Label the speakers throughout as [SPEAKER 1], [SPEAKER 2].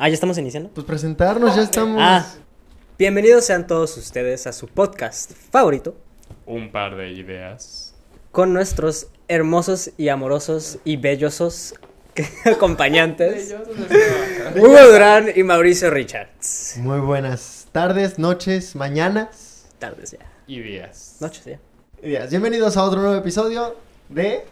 [SPEAKER 1] Ah, ya estamos iniciando.
[SPEAKER 2] Pues presentarnos, ya estamos.
[SPEAKER 1] Ah,
[SPEAKER 3] Bienvenidos sean todos ustedes a su podcast favorito
[SPEAKER 4] Un par de ideas.
[SPEAKER 3] con nuestros hermosos y amorosos y bellosos acompañantes Hugo Durán y Mauricio Richards.
[SPEAKER 2] Muy buenas tardes, noches, mañanas.
[SPEAKER 3] Tardes ya,
[SPEAKER 4] Ideas.
[SPEAKER 3] noches ya,
[SPEAKER 2] y días. Bienvenidos a otro nuevo episodio de.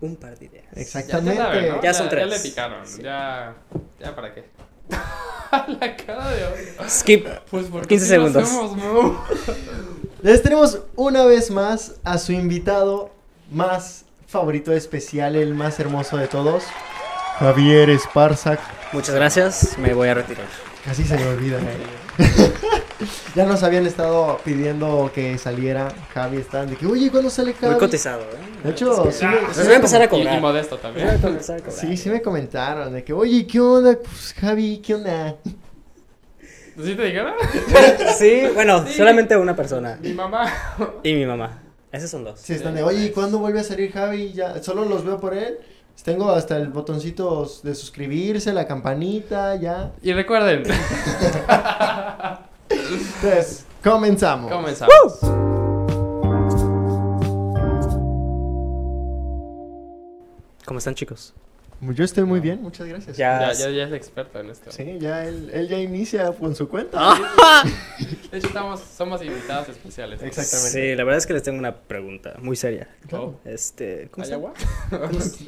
[SPEAKER 3] un par de ideas.
[SPEAKER 2] Exactamente.
[SPEAKER 4] Ya, saben, ¿no?
[SPEAKER 3] Ya son
[SPEAKER 4] Ya
[SPEAKER 3] tres.
[SPEAKER 4] le picaron. Ya. ¿Ya para qué? La cara de hoy.
[SPEAKER 3] Skip.
[SPEAKER 4] Pues por
[SPEAKER 3] 15 segundos.
[SPEAKER 2] Les tenemos una vez más a su invitado más favorito especial, el más hermoso de todos, Javier Esparza.
[SPEAKER 3] Muchas gracias, me voy a retirar.
[SPEAKER 2] Casi se me olvida. ¿eh? Ya nos habían estado pidiendo que saliera Javi. Están de que, oye, ¿cuándo sale Javi?
[SPEAKER 3] Muy cotizado, ¿eh?
[SPEAKER 2] De hecho, sí me-
[SPEAKER 3] Los voy a empezar a
[SPEAKER 4] Y, y
[SPEAKER 3] cobrar.
[SPEAKER 4] modesto también.
[SPEAKER 3] Voy a comenzar a cobrar.
[SPEAKER 2] Sí, sí me comentaron de que, oye, ¿qué onda? Pues, Javi, ¿qué onda?
[SPEAKER 4] ¿Sí te dijeron?
[SPEAKER 3] Sí, bueno,
[SPEAKER 4] Sí.
[SPEAKER 3] solamente una persona.
[SPEAKER 4] Mi mamá.
[SPEAKER 3] Y mi mamá. Esos son dos.
[SPEAKER 2] Sí, están de, oye, ¿y ¿cuándo vuelve a salir Javi? Ya, solo los veo por él. Tengo hasta el botoncito de suscribirse, la campanita, ya.
[SPEAKER 4] Y recuerden,
[SPEAKER 2] Entonces, comenzamos.
[SPEAKER 4] comenzamos.
[SPEAKER 3] ¿Cómo están, chicos?
[SPEAKER 2] Pues Yo estoy muy bien, muchas gracias.
[SPEAKER 3] Ya.
[SPEAKER 4] Ya, ya, ya es experto en esto.
[SPEAKER 2] Sí, ya él, él ya inicia con su cuenta.
[SPEAKER 4] De hecho, estamos, somos invitados especiales.
[SPEAKER 2] Exactamente.
[SPEAKER 3] Sí, la verdad es que les tengo una pregunta muy seria.
[SPEAKER 2] Claro.
[SPEAKER 3] Este, ¿cómo
[SPEAKER 4] Oh. ¿Hay
[SPEAKER 3] se
[SPEAKER 4] agua?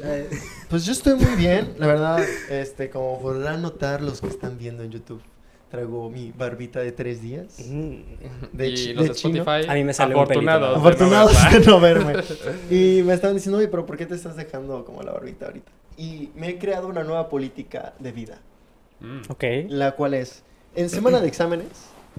[SPEAKER 3] Eh,
[SPEAKER 2] Pues yo estoy muy bien, la verdad, este, como podrán notar los que están viendo en YouTube, traigo mi barbita de tres días.
[SPEAKER 3] mm.
[SPEAKER 2] De,
[SPEAKER 4] y
[SPEAKER 2] chi-
[SPEAKER 4] los
[SPEAKER 2] de
[SPEAKER 4] de
[SPEAKER 2] chino.
[SPEAKER 4] Spotify.
[SPEAKER 3] A mí me sale un pelito,
[SPEAKER 4] afortunados.
[SPEAKER 3] ¿no?
[SPEAKER 4] de no
[SPEAKER 2] Afortunados
[SPEAKER 4] verla.
[SPEAKER 2] de no verme. Y me estaban diciendo, oye, pero ¿por qué te estás dejando como la barbita ahorita? Y me he creado una nueva política de vida,
[SPEAKER 4] Mm.
[SPEAKER 3] Ok.
[SPEAKER 2] la cual es, en semana de exámenes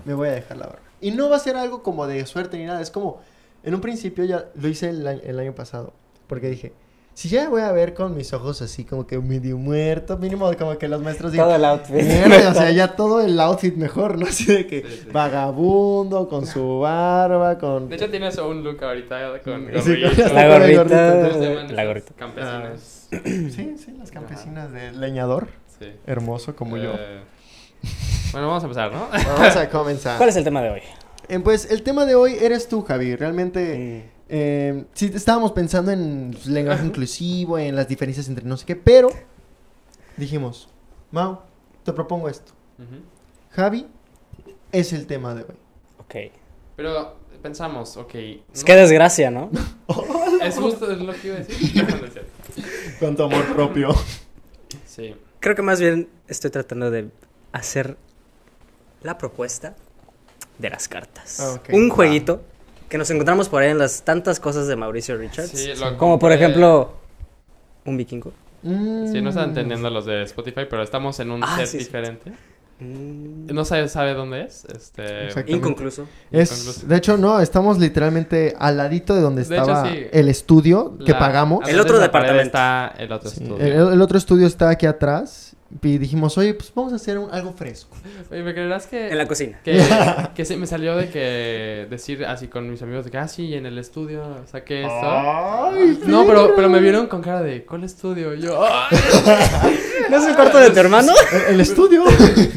[SPEAKER 2] me voy a dejar la barba. Y no va a ser algo como de suerte ni nada, es como, en un principio ya lo hice el año, el año pasado, porque dije, si ya voy a ver con mis ojos así como que medio muerto, mínimo como que los maestros digan,
[SPEAKER 3] Todo el outfit.
[SPEAKER 2] Mierda, o sea, ya todo el outfit mejor, ¿no? Así de que
[SPEAKER 4] Sí, sí.
[SPEAKER 2] vagabundo, con su barba, con...
[SPEAKER 4] De hecho, tienes un look ahorita con
[SPEAKER 2] Sí,
[SPEAKER 4] gorrito.
[SPEAKER 2] con-
[SPEAKER 3] La
[SPEAKER 2] gorrita, Ah.
[SPEAKER 3] gorrita. eh,
[SPEAKER 4] Se llaman
[SPEAKER 3] La
[SPEAKER 4] esas
[SPEAKER 3] gorrita.
[SPEAKER 4] Campesinas.
[SPEAKER 2] Sí, sí, las campesinas de leñador,
[SPEAKER 4] Sí.
[SPEAKER 2] hermoso como yo.
[SPEAKER 4] Eh, Bueno, vamos a empezar, ¿no?
[SPEAKER 2] Vamos a comenzar.
[SPEAKER 3] ¿Cuál es el tema de hoy?
[SPEAKER 2] Eh, Pues el tema de hoy eres tú, Javi. Realmente,
[SPEAKER 3] Mm.
[SPEAKER 2] eh, sí, estábamos pensando en lenguaje inclusivo, en las diferencias entre no sé qué, pero dijimos, Mau, te propongo esto.
[SPEAKER 4] Ujú.
[SPEAKER 2] Javi es el tema de hoy.
[SPEAKER 3] Ok.
[SPEAKER 4] Pero pensamos, ok.
[SPEAKER 3] Es que desgracia, ¿no?
[SPEAKER 4] no- es justo es lo que iba a decir. No, no es cierto.
[SPEAKER 2] Cuanto amor propio.
[SPEAKER 4] sí.
[SPEAKER 3] Creo que más bien estoy tratando de hacer la propuesta de las cartas.
[SPEAKER 2] Ah, ok.
[SPEAKER 3] Un
[SPEAKER 2] Va.
[SPEAKER 3] jueguito que nos encontramos por ahí en las tantas cosas de Mauricio Richards.
[SPEAKER 4] Sí, lo
[SPEAKER 3] Como por
[SPEAKER 4] compré.
[SPEAKER 3] ejemplo, un vikingo.
[SPEAKER 2] Mm.
[SPEAKER 4] Sí, no están entendiendo los de Spotify, pero estamos en un
[SPEAKER 3] Ah,
[SPEAKER 4] set
[SPEAKER 3] sí, sí.
[SPEAKER 4] diferente.
[SPEAKER 3] Mm.
[SPEAKER 4] No sabe, sabe dónde es. Este.
[SPEAKER 2] Exacto.
[SPEAKER 3] Inconcluso.
[SPEAKER 2] Es, de hecho, no, estamos literalmente al ladito de donde
[SPEAKER 4] De
[SPEAKER 2] estaba
[SPEAKER 4] hecho, sí.
[SPEAKER 2] el estudio que
[SPEAKER 4] la-
[SPEAKER 2] pagamos.
[SPEAKER 4] atrás
[SPEAKER 3] El otro
[SPEAKER 4] de la pared
[SPEAKER 3] departamento.
[SPEAKER 4] Está el otro
[SPEAKER 2] Sí,
[SPEAKER 4] estudio.
[SPEAKER 2] el, el otro estudio está aquí atrás y dijimos, oye, pues vamos a hacer un- algo fresco.
[SPEAKER 4] Oye, ¿me creerás que.?
[SPEAKER 3] En la cocina.
[SPEAKER 4] Que, que se me salió de que decir así con mis amigos de que, ah, sí, en el estudio saqué esto.
[SPEAKER 2] Ah.
[SPEAKER 4] no, pero, pero me vieron con cara de, ¿cuál estudio? Y yo, "Ay,
[SPEAKER 3] ¿No es el cuarto de tu hermano?
[SPEAKER 2] El, el estudio.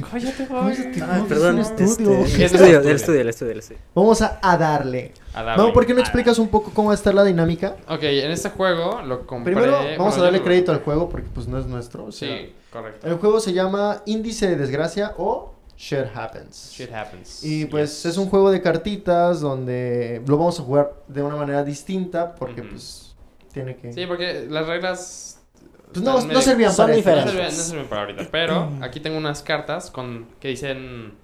[SPEAKER 4] cállate, güey. Ah,
[SPEAKER 3] Ay, perdón.
[SPEAKER 2] Es un estudio.
[SPEAKER 3] este, el estudio,
[SPEAKER 4] Es un estudio.
[SPEAKER 3] el estudio, el estudio, el estudio.
[SPEAKER 2] Vamos a, a darle.
[SPEAKER 4] A darle.
[SPEAKER 2] Vamos, ¿por qué no explicas un poco cómo va a estar la dinámica?
[SPEAKER 4] Ok, en este juego lo compré.
[SPEAKER 2] Primero, vamos
[SPEAKER 4] bueno,
[SPEAKER 2] a darle
[SPEAKER 4] yo-
[SPEAKER 2] crédito al juego porque pues no es nuestro. o sea,
[SPEAKER 4] Sí, correcto.
[SPEAKER 2] El juego se llama Índice de Desgracia o Shit Happens.
[SPEAKER 4] Shit happens.
[SPEAKER 2] Y pues es un juego de cartitas donde lo vamos a jugar de una manera distinta porque
[SPEAKER 4] Ujú.
[SPEAKER 2] pues tiene que...
[SPEAKER 4] Sí, porque las reglas.
[SPEAKER 2] Pues no,
[SPEAKER 4] están
[SPEAKER 2] no servían
[SPEAKER 3] son
[SPEAKER 2] para esto.
[SPEAKER 4] No
[SPEAKER 3] diferentes.
[SPEAKER 4] sirven, no sirven para ahorita. Pero aquí tengo unas cartas con que dicen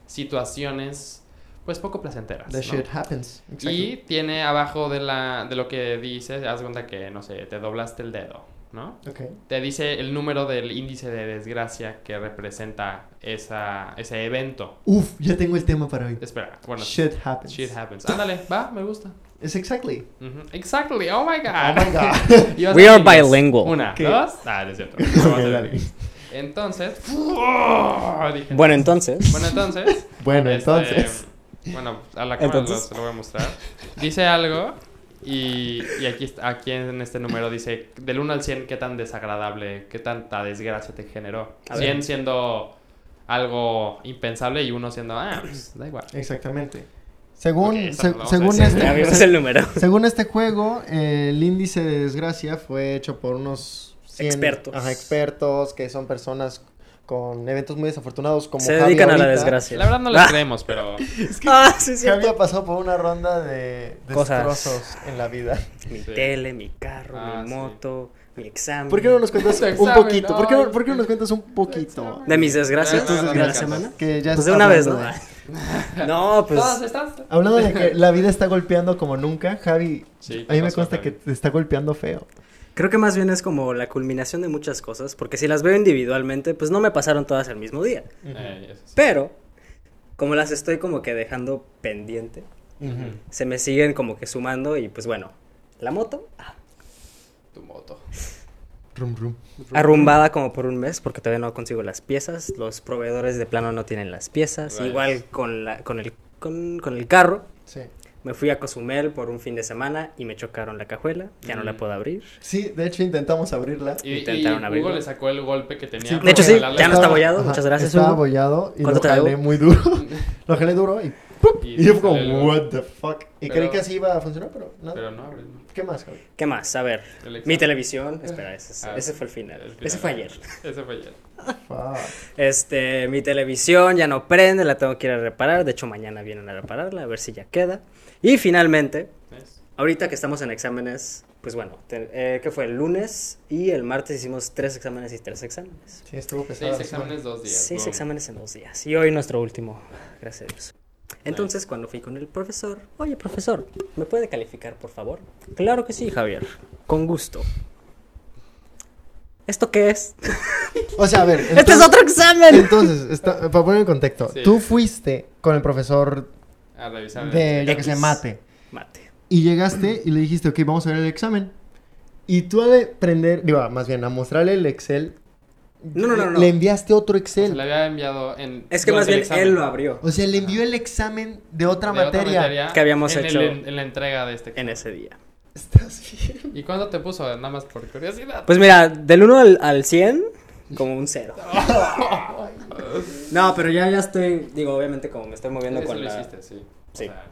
[SPEAKER 4] situaciones, pues poco placenteras.
[SPEAKER 2] The
[SPEAKER 4] ¿no?
[SPEAKER 2] shit happens. Exacto.
[SPEAKER 4] Y tiene abajo de, la, de lo que dice, haz de cuenta que, no sé, te doblaste el dedo, ¿no?
[SPEAKER 2] Ok.
[SPEAKER 4] Te dice el número del índice de desgracia que representa esa, ese evento.
[SPEAKER 2] Uf, ya tengo el tema para hoy.
[SPEAKER 4] Espera, bueno, shit,
[SPEAKER 2] shit happens.
[SPEAKER 4] happens. Ándale, va, me gusta.
[SPEAKER 2] Es exactly.
[SPEAKER 4] Ujú, Exactly, oh my
[SPEAKER 2] Oh
[SPEAKER 4] god.
[SPEAKER 2] my god.
[SPEAKER 4] Ibas
[SPEAKER 3] We
[SPEAKER 4] a
[SPEAKER 3] are
[SPEAKER 4] decir inglés.
[SPEAKER 3] bilingual.
[SPEAKER 4] Una,
[SPEAKER 2] ¿Qué?
[SPEAKER 4] dos. Ah, no es cierto. No vamos a
[SPEAKER 2] Ok,
[SPEAKER 4] hacer
[SPEAKER 2] dale.
[SPEAKER 4] inglés. Entonces. dije,
[SPEAKER 3] Bueno, entonces.
[SPEAKER 4] bueno, entonces.
[SPEAKER 2] Bueno,
[SPEAKER 4] este,
[SPEAKER 2] entonces.
[SPEAKER 4] Bueno, a la cámara
[SPEAKER 3] Entonces.
[SPEAKER 4] lo- se lo voy a mostrar. Dice algo. Y, y aquí, está- aquí en este número dice del 1 al 100 qué tan desagradable, qué tanta desgracia te generó.
[SPEAKER 3] A ver.
[SPEAKER 4] 100 siendo algo impensable y uno siendo, ah, pues, da igual.
[SPEAKER 2] Exactamente. Según,
[SPEAKER 4] Ok, esa
[SPEAKER 2] se-
[SPEAKER 4] no la vamos a
[SPEAKER 2] según,
[SPEAKER 4] decir.
[SPEAKER 2] este,
[SPEAKER 3] Ya vimos el número.
[SPEAKER 2] según este juego, eh, el índice de desgracia fue hecho por unos 100
[SPEAKER 3] Expertos.
[SPEAKER 2] Ajá, expertos que son personas con eventos muy desafortunados como
[SPEAKER 3] Se
[SPEAKER 2] Javi
[SPEAKER 3] dedican a la
[SPEAKER 2] ahorita.
[SPEAKER 3] desgracia.
[SPEAKER 4] La verdad no les
[SPEAKER 3] Ah,
[SPEAKER 4] creemos, pero
[SPEAKER 3] Ah, sí, es
[SPEAKER 2] Javi
[SPEAKER 3] cierto.
[SPEAKER 2] ha pasado por una ronda de
[SPEAKER 3] Cosas.
[SPEAKER 2] destrozos en la vida.
[SPEAKER 3] Mi
[SPEAKER 4] Sí.
[SPEAKER 3] tele, mi carro,
[SPEAKER 4] Ah,
[SPEAKER 3] mi
[SPEAKER 4] sí.
[SPEAKER 3] moto, mi examen.
[SPEAKER 2] ¿Por qué no nos cuentas
[SPEAKER 4] Tu
[SPEAKER 2] un
[SPEAKER 4] examen,
[SPEAKER 2] poquito? ¿Por qué, no,
[SPEAKER 4] ay.
[SPEAKER 2] por qué no nos cuentas un poquito?
[SPEAKER 4] examen.
[SPEAKER 3] De mis desgracias
[SPEAKER 4] Ah, no, no,
[SPEAKER 3] de la
[SPEAKER 4] no,
[SPEAKER 3] semana.
[SPEAKER 2] Que ya
[SPEAKER 3] Pues
[SPEAKER 2] está
[SPEAKER 3] de una vez, ¿no?
[SPEAKER 2] hablando de-
[SPEAKER 3] No, pues.
[SPEAKER 4] todas estás.
[SPEAKER 2] Hablando de que la vida está golpeando como nunca, Javi,
[SPEAKER 4] Sí,
[SPEAKER 2] a mí
[SPEAKER 4] te
[SPEAKER 2] me
[SPEAKER 4] pasó,
[SPEAKER 2] consta que
[SPEAKER 4] Javi.
[SPEAKER 2] te está golpeando feo.
[SPEAKER 3] Creo que más bien es como la culminación de muchas cosas, porque si las veo individualmente, pues no me pasaron todas el mismo día.
[SPEAKER 4] Eh, eso sí.
[SPEAKER 3] Pero, como las estoy como que dejando pendiente,
[SPEAKER 2] Ujú.
[SPEAKER 3] se me siguen como que sumando y pues bueno, la moto ah,
[SPEAKER 4] Tu moto.
[SPEAKER 2] Rum, rum.
[SPEAKER 3] arrumbada como por un mes porque todavía no consigo las piezas, los proveedores de plano no tienen las piezas,
[SPEAKER 4] Rayos.
[SPEAKER 3] igual con, la, con, el, con, con el carro.
[SPEAKER 2] Sí.
[SPEAKER 3] Me fui a Cozumel por un fin de semana y me chocaron la cajuela, ya no la
[SPEAKER 4] Mm.
[SPEAKER 3] puedo abrir.
[SPEAKER 2] Sí, de hecho intentamos abrirla.
[SPEAKER 4] Y, y
[SPEAKER 3] Intentaron
[SPEAKER 4] Hugo
[SPEAKER 3] abrirlo.
[SPEAKER 4] le sacó el golpe que tenía.
[SPEAKER 2] Sí,
[SPEAKER 4] para
[SPEAKER 3] De hecho, sí,
[SPEAKER 4] jalarle
[SPEAKER 3] ya no
[SPEAKER 4] la-
[SPEAKER 3] está abollado, muchas gracias,
[SPEAKER 2] Estaba
[SPEAKER 3] Hugo.
[SPEAKER 2] abollado y lo
[SPEAKER 3] ¿Cuánto te debo?
[SPEAKER 2] jalé muy duro. lo jalé duro y, y yo fue como,
[SPEAKER 4] salió.
[SPEAKER 2] what the fuck. Y
[SPEAKER 4] Pero-
[SPEAKER 2] creí que así iba a funcionar, pero nada.
[SPEAKER 4] Pero no abre. ¿no?
[SPEAKER 2] ¿Qué más, Javi?
[SPEAKER 3] ¿Qué más? A ver,
[SPEAKER 4] El
[SPEAKER 3] mi
[SPEAKER 4] examen.
[SPEAKER 3] televisión, espera, ese, es-
[SPEAKER 4] Ah,
[SPEAKER 3] ese fue el final.
[SPEAKER 4] el
[SPEAKER 3] ese
[SPEAKER 4] final.
[SPEAKER 3] fue ayer.
[SPEAKER 4] Ese fue ayer.
[SPEAKER 2] Fuck.
[SPEAKER 3] Este, mi televisión ya no prende, la tengo que ir a reparar, de hecho mañana vienen a repararla, a ver si ya queda. Y finalmente,
[SPEAKER 4] ¿Ves?
[SPEAKER 3] Ahorita que estamos en exámenes, pues bueno, te- eh, que fue el lunes y el martes hicimos tres exámenes y tres exámenes.
[SPEAKER 2] Sí, estuvo pesado.
[SPEAKER 4] Seis exámenes, dos días.
[SPEAKER 3] Seis
[SPEAKER 4] boom.
[SPEAKER 3] exámenes en dos días. Y hoy nuestro último, gracias a Dios. Entonces, cuando fui con el profesor, oye, profesor, ¿me puede calificar, por favor? Claro que sí, Javier. Con gusto. ¿Esto qué es?
[SPEAKER 2] O sea, a ver.
[SPEAKER 3] ¡Este es
[SPEAKER 2] entonces-
[SPEAKER 3] otro examen!
[SPEAKER 2] Entonces, está- para poner en contexto,
[SPEAKER 4] Sí.
[SPEAKER 2] tú fuiste con el profesor
[SPEAKER 4] A revisar.
[SPEAKER 2] de, yo que
[SPEAKER 3] X.
[SPEAKER 2] sé, mate.
[SPEAKER 3] Mate.
[SPEAKER 2] Y llegaste y le dijiste, ok, vamos a ver el examen. Y tú al prender, digo, más bien, a mostrarle el Excel.
[SPEAKER 3] No, no, no, no.
[SPEAKER 2] Le enviaste otro
[SPEAKER 4] Se le
[SPEAKER 2] Excel.
[SPEAKER 4] había enviado en.
[SPEAKER 3] Es que más
[SPEAKER 4] durante el
[SPEAKER 3] bien
[SPEAKER 4] examen.
[SPEAKER 3] él lo abrió
[SPEAKER 2] O sea, le envió el examen de otra,
[SPEAKER 4] De otra
[SPEAKER 2] materia.
[SPEAKER 3] que habíamos
[SPEAKER 4] en el-
[SPEAKER 3] hecho
[SPEAKER 4] en, en la entrega de este.
[SPEAKER 3] en
[SPEAKER 4] examen.
[SPEAKER 3] ese día.
[SPEAKER 2] Estás bien.
[SPEAKER 4] ¿Y cuánto te puso? Nada más por curiosidad.
[SPEAKER 3] Pues mira, del 1 al, al 100, como un 0. No, pero ya, ya estoy, digo, obviamente como me estoy moviendo
[SPEAKER 4] Eso
[SPEAKER 3] con
[SPEAKER 4] lo
[SPEAKER 3] la...
[SPEAKER 4] hiciste, sí. O
[SPEAKER 3] Sí.
[SPEAKER 4] sea,